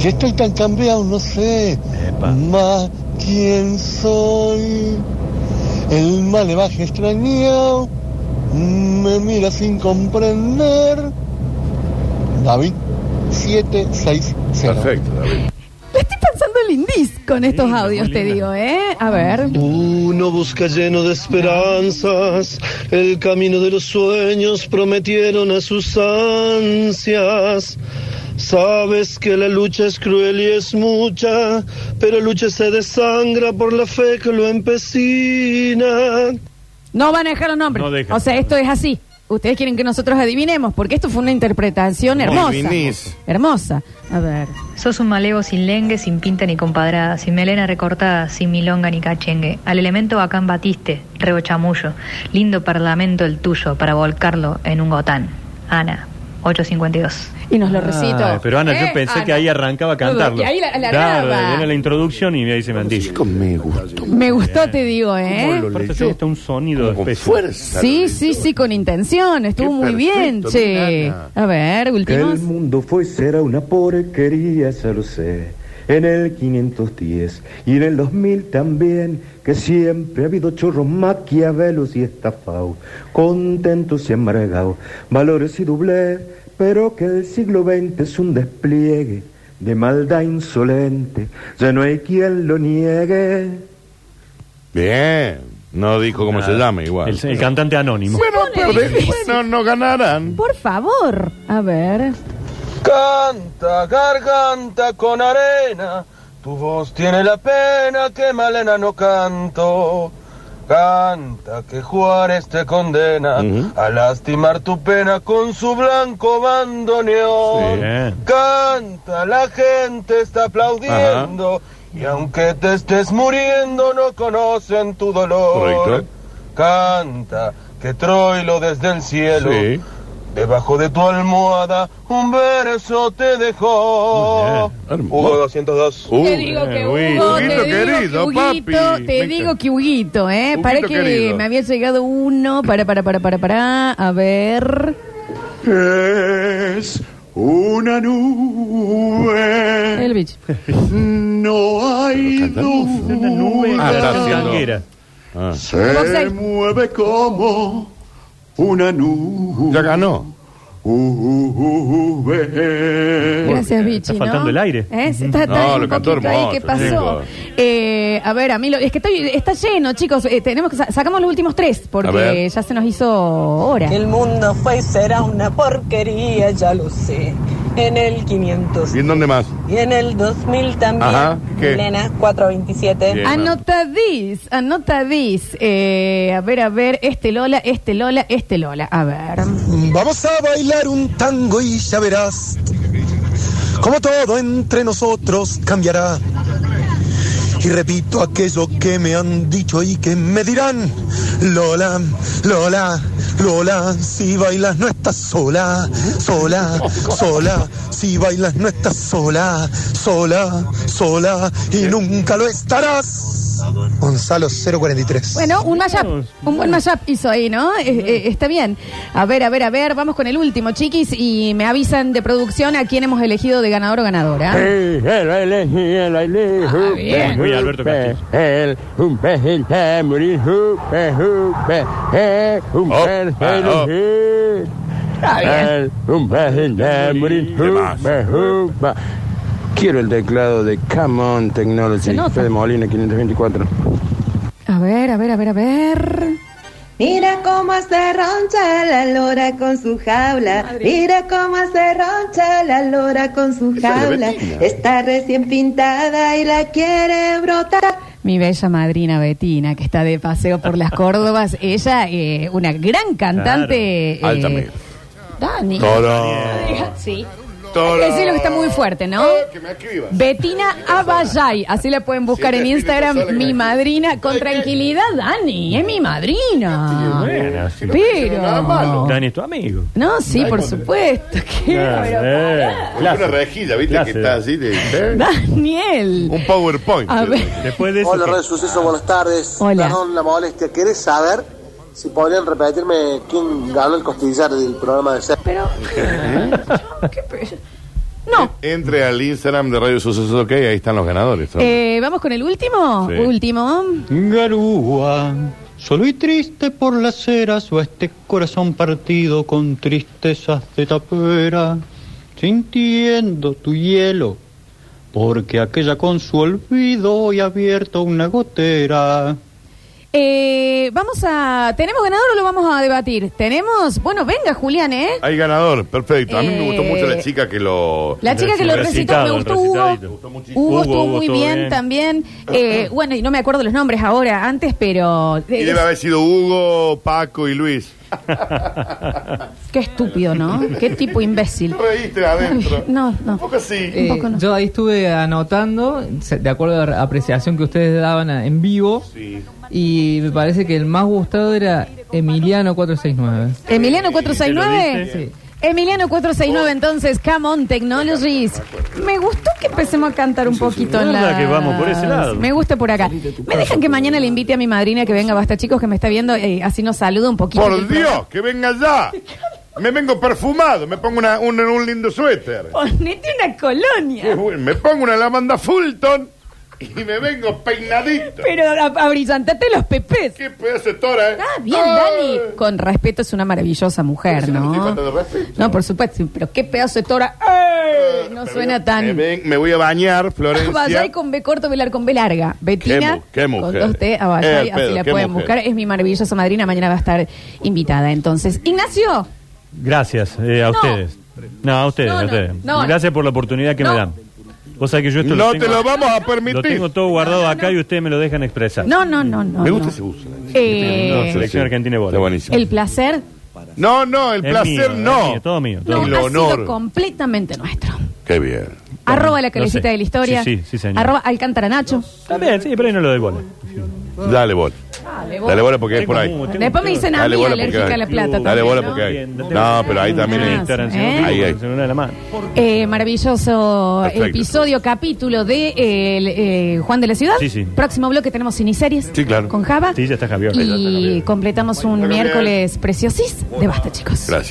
[SPEAKER 20] Que estoy tan cambiado, no sé más quién soy. El malevaje extrañado me mira sin comprender. David 760. Perfecto, David.
[SPEAKER 2] Le estoy pensando el indiz con estos audios, te digo, ¿eh? A ver.
[SPEAKER 7] Uno Uh, busca lleno de esperanzas el camino de los sueños, prometieron a sus ansias. Sabes que la lucha es cruel y es mucha, pero lucha se desangra por la fe que lo empecina.
[SPEAKER 2] No van a dejar los nombres.
[SPEAKER 7] No dejan.
[SPEAKER 2] o sea, esto es así. Ustedes quieren que nosotros adivinemos, porque esto fue una interpretación hermosa.
[SPEAKER 1] Adivinís.
[SPEAKER 2] Hermosa. A ver.
[SPEAKER 21] Sos un malevo sin lengue, sin pinta ni compadrada, sin melena recortada, sin milonga ni cachengue. Al elemento acá batiste, reo chamullo. Lindo parlamento el tuyo para volcarlo en un gotán. Ana, 852.
[SPEAKER 2] Y nos lo recito.
[SPEAKER 14] Ay, Ah, pero Ana,
[SPEAKER 2] Eh,
[SPEAKER 14] yo pensé
[SPEAKER 2] Ana.
[SPEAKER 14] que ahí arrancaba a cantarlo.
[SPEAKER 2] Que ahí la- la
[SPEAKER 14] claro,
[SPEAKER 2] araba.
[SPEAKER 14] viene la introducción y ahí se me Chico,
[SPEAKER 1] me gustó.
[SPEAKER 2] Me gustó, te digo, ¿eh?
[SPEAKER 14] está un sonido especial.
[SPEAKER 1] fuerza.
[SPEAKER 2] Sí, sí, sí, con intención. Estuvo muy bien,
[SPEAKER 6] perfecto,
[SPEAKER 2] che. A ver, últimos.
[SPEAKER 6] El mundo fue y será una porquería, ya lo sé. En el 510 y en el 2000 también, que siempre ha habido chorros maquiavelos y estafados, contentos y amargados, valores y doblez, pero que el siglo XX es un despliegue de maldad insolente, ya no hay quien lo niegue.
[SPEAKER 1] Bien. No dijo cómo
[SPEAKER 14] Ah,
[SPEAKER 1] se llama igual.
[SPEAKER 3] El, el cantante anónimo.
[SPEAKER 1] Bueno, pero
[SPEAKER 2] Pone difícil.
[SPEAKER 1] bueno, no ganarán.
[SPEAKER 2] Por favor. A ver.
[SPEAKER 5] Canta, garganta con arena, tu voz tiene la pena que Malena no canto. Canta que Juárez te condena a lastimar tu pena con su blanco bandoneón.
[SPEAKER 2] Ah,
[SPEAKER 5] Canta, la gente está aplaudiendo y aunque te estés muriendo no conocen tu dolor.
[SPEAKER 1] Correcto.
[SPEAKER 5] Canta que Troilo desde el cielo Debajo de tu almohada un verso te dejó. Hugo 202.
[SPEAKER 1] Uh.
[SPEAKER 2] te digo
[SPEAKER 14] Eh,
[SPEAKER 2] que Hugo, te digo que Huguito, te digo que Huguito, ¿eh?
[SPEAKER 5] Huguito
[SPEAKER 2] para que
[SPEAKER 5] querido.
[SPEAKER 2] me había llegado uno, para, para, para, para, para, a ver.
[SPEAKER 8] Es una nube.
[SPEAKER 2] El bicho.
[SPEAKER 8] No hay nube.
[SPEAKER 12] Ah, está haciendo-
[SPEAKER 8] Se mueve como una nube. Ya ganó.
[SPEAKER 2] Gracias, Bichi.
[SPEAKER 8] Está faltando
[SPEAKER 2] ¿no?
[SPEAKER 8] el aire.
[SPEAKER 2] ¿Eh? Se Está,
[SPEAKER 8] No,
[SPEAKER 2] está
[SPEAKER 8] lo
[SPEAKER 2] un
[SPEAKER 8] cantó
[SPEAKER 2] poquito ahí,
[SPEAKER 8] hermoso,
[SPEAKER 2] ¿Qué pasó?
[SPEAKER 8] chicos.
[SPEAKER 2] Eh, a ver, a mí lo- es que estoy- está lleno, chicos. Eh, tenemos que sa- sacamos los últimos tres
[SPEAKER 22] A ver.
[SPEAKER 2] porque ya se nos hizo hora.
[SPEAKER 22] El mundo fue y será una porquería, ya lo sé. En el 500
[SPEAKER 1] ¿Y en dónde más?
[SPEAKER 22] y en el 2000 también.
[SPEAKER 1] Ajá, ¿qué?
[SPEAKER 22] Elena, 427.
[SPEAKER 2] Ah,
[SPEAKER 1] Bien,
[SPEAKER 2] Anotadís, anotadís. Eh, a ver, a ver, este Lola, este Lola, este Lola. A ver.
[SPEAKER 23] Vamos a bailar un tango y ya verás cómo todo entre nosotros cambiará. Y repito aquello que me han dicho y que me dirán, Lola, Lola, Lola, si bailas no estás sola, sola, sola, si bailas no estás sola, sola, sola, y nunca lo estarás. Gonzalo 043.
[SPEAKER 2] Bueno, un mashup, un buen mashup hizo ahí, ¿no? Eh, eh, está bien. A ver, a ver, a ver, vamos con el último, chiquis, y me avisan de producción a quién hemos elegido de ganador o ganadora. Ah. bien.
[SPEAKER 12] Muy Alberto Castillo.
[SPEAKER 24] Un pez está a morir, un pez, un pez, eh, un pez feliz.
[SPEAKER 12] Está
[SPEAKER 2] Ah,
[SPEAKER 12] bien.
[SPEAKER 24] Eh, Un pez está a morir, un pez, un pez. Quiero el teclado de Come On
[SPEAKER 2] Se
[SPEAKER 24] Technology,
[SPEAKER 2] nota.
[SPEAKER 24] Fede Molina 524.
[SPEAKER 2] A ver, a ver, a ver, a ver.
[SPEAKER 25] Mira cómo se roncha la lora con su jaula. Mira cómo se roncha la lora con su
[SPEAKER 2] es la
[SPEAKER 25] jaula.
[SPEAKER 2] Betina.
[SPEAKER 25] Está recién pintada y la quiere brotar.
[SPEAKER 2] Mi bella madrina Betina, que está de paseo por las Córdobas, ella, eh, una gran cantante.
[SPEAKER 1] Claro.
[SPEAKER 2] eh,
[SPEAKER 1] Altamente.
[SPEAKER 2] Dani.
[SPEAKER 1] Toro.
[SPEAKER 2] Sí.
[SPEAKER 1] Toro.
[SPEAKER 2] Hay que decirlo que está muy fuerte, ¿no? Betina Abayay, así la pueden buscar en Instagram, mi madrina, con tranquilidad, Dani, es mi madrina.
[SPEAKER 3] Bueno, si no hicieron nada malo.
[SPEAKER 2] Pero...
[SPEAKER 3] Dani es tu amigo. eh.
[SPEAKER 2] No, sí, por supuesto. que-
[SPEAKER 1] Una rejilla, viste, que está así de. ¿eh?
[SPEAKER 2] Daniel.
[SPEAKER 1] Un PowerPoint.
[SPEAKER 2] A ver.
[SPEAKER 3] Después de
[SPEAKER 26] Hola, Red Suceso, buenas tardes.
[SPEAKER 2] Hola.
[SPEAKER 26] Perdón la molestia. ¿Querés saber si podrían repetirme quién ganó el costillar del programa de ser?
[SPEAKER 2] Pero.
[SPEAKER 1] No. ¿Eh? Entre al Instagram de Radio Suceso, ok, ahí están los ganadores. ¿no?
[SPEAKER 2] Eh, Vamos con el último.
[SPEAKER 1] Sí.
[SPEAKER 2] Último.
[SPEAKER 27] Garúa, solo y triste por las eras va este corazón partido con tristezas de tapera, sintiendo tu hielo, porque aquella con su olvido hoy ha abierto una gotera.
[SPEAKER 2] Eh, vamos a. ¿Tenemos ganador o lo vamos a debatir? Tenemos. Bueno, venga, Julián, ¿eh?
[SPEAKER 1] Hay ganador, perfecto. A mí me gustó
[SPEAKER 2] Eh,
[SPEAKER 1] mucho la chica que lo.
[SPEAKER 2] La chica que lo recitó, me gustó Hugo. Hugo estuvo muy bien, también.
[SPEAKER 1] *laughs*
[SPEAKER 2] Eh, bueno, y no me acuerdo los nombres ahora, antes, pero. eh,
[SPEAKER 1] Y debe haber sido Hugo, Paco y Luis.
[SPEAKER 2] Qué estúpido, ¿no? Qué tipo imbécil.
[SPEAKER 1] reíste adentro.
[SPEAKER 2] *laughs* No, no. Un
[SPEAKER 1] poco sí.
[SPEAKER 28] Eh, Yo ahí estuve anotando, se- de acuerdo a la apreciación que ustedes daban a- en vivo, y me parece que el más gustado era Emiliano 469.
[SPEAKER 2] Emiliano
[SPEAKER 28] ¿Te lo
[SPEAKER 2] 469. Emiliano 469, entonces, Come on Technologies. Me gustó que empecemos a cantar un poquito en
[SPEAKER 3] verdad
[SPEAKER 2] la.
[SPEAKER 3] que vamos por ese lado.
[SPEAKER 2] Me gusta por acá. Me dejan que mañana le invite a mi madrina que venga, basta chicos, que me está viendo, eh, así nos saluda un poquito.
[SPEAKER 1] Por Dios, que venga
[SPEAKER 2] *laughs*
[SPEAKER 1] ya. Me vengo perfumado, me pongo una, un, un lindo suéter.
[SPEAKER 2] Ponete una
[SPEAKER 1] Qué
[SPEAKER 2] colonia.
[SPEAKER 1] bueno, Me pongo una lavanda Fulton y me vengo peinadito.
[SPEAKER 2] Pero a- abrillantate los pepes.
[SPEAKER 1] Qué pedazo de tora, eh.
[SPEAKER 2] Ah, bien, Dani. Con respeto es una maravillosa mujer,
[SPEAKER 1] Pero si no me estoy
[SPEAKER 2] ¿no?
[SPEAKER 1] faltando respeto.
[SPEAKER 2] No, por supuesto, pero qué pedazo de tora. ¡Ey!
[SPEAKER 1] Flor-
[SPEAKER 2] no suena tan.
[SPEAKER 1] Me, me voy a
[SPEAKER 2] *laughs*
[SPEAKER 1] bañar, Florencia.
[SPEAKER 2] Vallay con B corto, velar con B larga. Betina,
[SPEAKER 1] Qué mu- qué
[SPEAKER 2] con
[SPEAKER 1] mujer.
[SPEAKER 2] dos T a
[SPEAKER 1] Eh,
[SPEAKER 2] Vallay, así
[SPEAKER 1] Pedro,
[SPEAKER 2] la
[SPEAKER 1] qué
[SPEAKER 2] pueden
[SPEAKER 1] mujer.
[SPEAKER 2] buscar. Es mi maravillosa madrina, mañana va a estar invitada. Entonces, Ignacio,
[SPEAKER 3] Gracias eh,
[SPEAKER 2] No.
[SPEAKER 3] a ustedes. No, a ustedes.
[SPEAKER 2] No,
[SPEAKER 3] a
[SPEAKER 2] no,
[SPEAKER 3] ustedes.
[SPEAKER 2] no.
[SPEAKER 3] Gracias por la oportunidad que
[SPEAKER 2] No.
[SPEAKER 3] me dan. Vos sabés que yo esto
[SPEAKER 1] No
[SPEAKER 3] tengo-
[SPEAKER 1] te lo vamos a permitir.
[SPEAKER 3] Lo tengo todo guardado acá y ustedes me lo dejan expresar.
[SPEAKER 2] no, no, no, no.
[SPEAKER 3] Me
[SPEAKER 2] no.
[SPEAKER 3] gusta ese
[SPEAKER 1] uso.
[SPEAKER 2] Eh,
[SPEAKER 3] No, selección argentina de bola.
[SPEAKER 2] el placer
[SPEAKER 1] No, no, el
[SPEAKER 3] Es
[SPEAKER 1] placer
[SPEAKER 3] mío,
[SPEAKER 1] no.
[SPEAKER 3] es mío, todo mío.
[SPEAKER 2] no
[SPEAKER 3] todo mío.
[SPEAKER 2] ha sido completamente nuestro.
[SPEAKER 1] Qué bien.
[SPEAKER 2] Arroba la calecita
[SPEAKER 3] No sé.
[SPEAKER 2] de la historia.
[SPEAKER 3] Sí, sí, sí, señor.
[SPEAKER 2] Arroba Alcántara Nacho.
[SPEAKER 3] También, sí, pero ahí no lo doy bola.
[SPEAKER 1] Dale bola.
[SPEAKER 2] Dale,
[SPEAKER 1] Dale bola porque es por ahí.
[SPEAKER 2] Después me dicen a mí alérgica a la plata.
[SPEAKER 1] Dale
[SPEAKER 2] también,
[SPEAKER 1] bola
[SPEAKER 2] ¿no?
[SPEAKER 1] porque hay. No, pero ahí también hay.
[SPEAKER 2] Instagram, si no te
[SPEAKER 1] Ahí hay.
[SPEAKER 2] Eh, maravilloso
[SPEAKER 1] Perfecto.
[SPEAKER 2] episodio, capítulo de eh, el, eh, Juan de la Ciudad.
[SPEAKER 3] Sí, sí.
[SPEAKER 2] Próximo bloque tenemos Ciniseries
[SPEAKER 1] Sí, claro.
[SPEAKER 2] con Java.
[SPEAKER 3] Sí, ya está Javier.
[SPEAKER 2] Y completamos un miércoles preciosís de basta, chicos.
[SPEAKER 1] Gracias.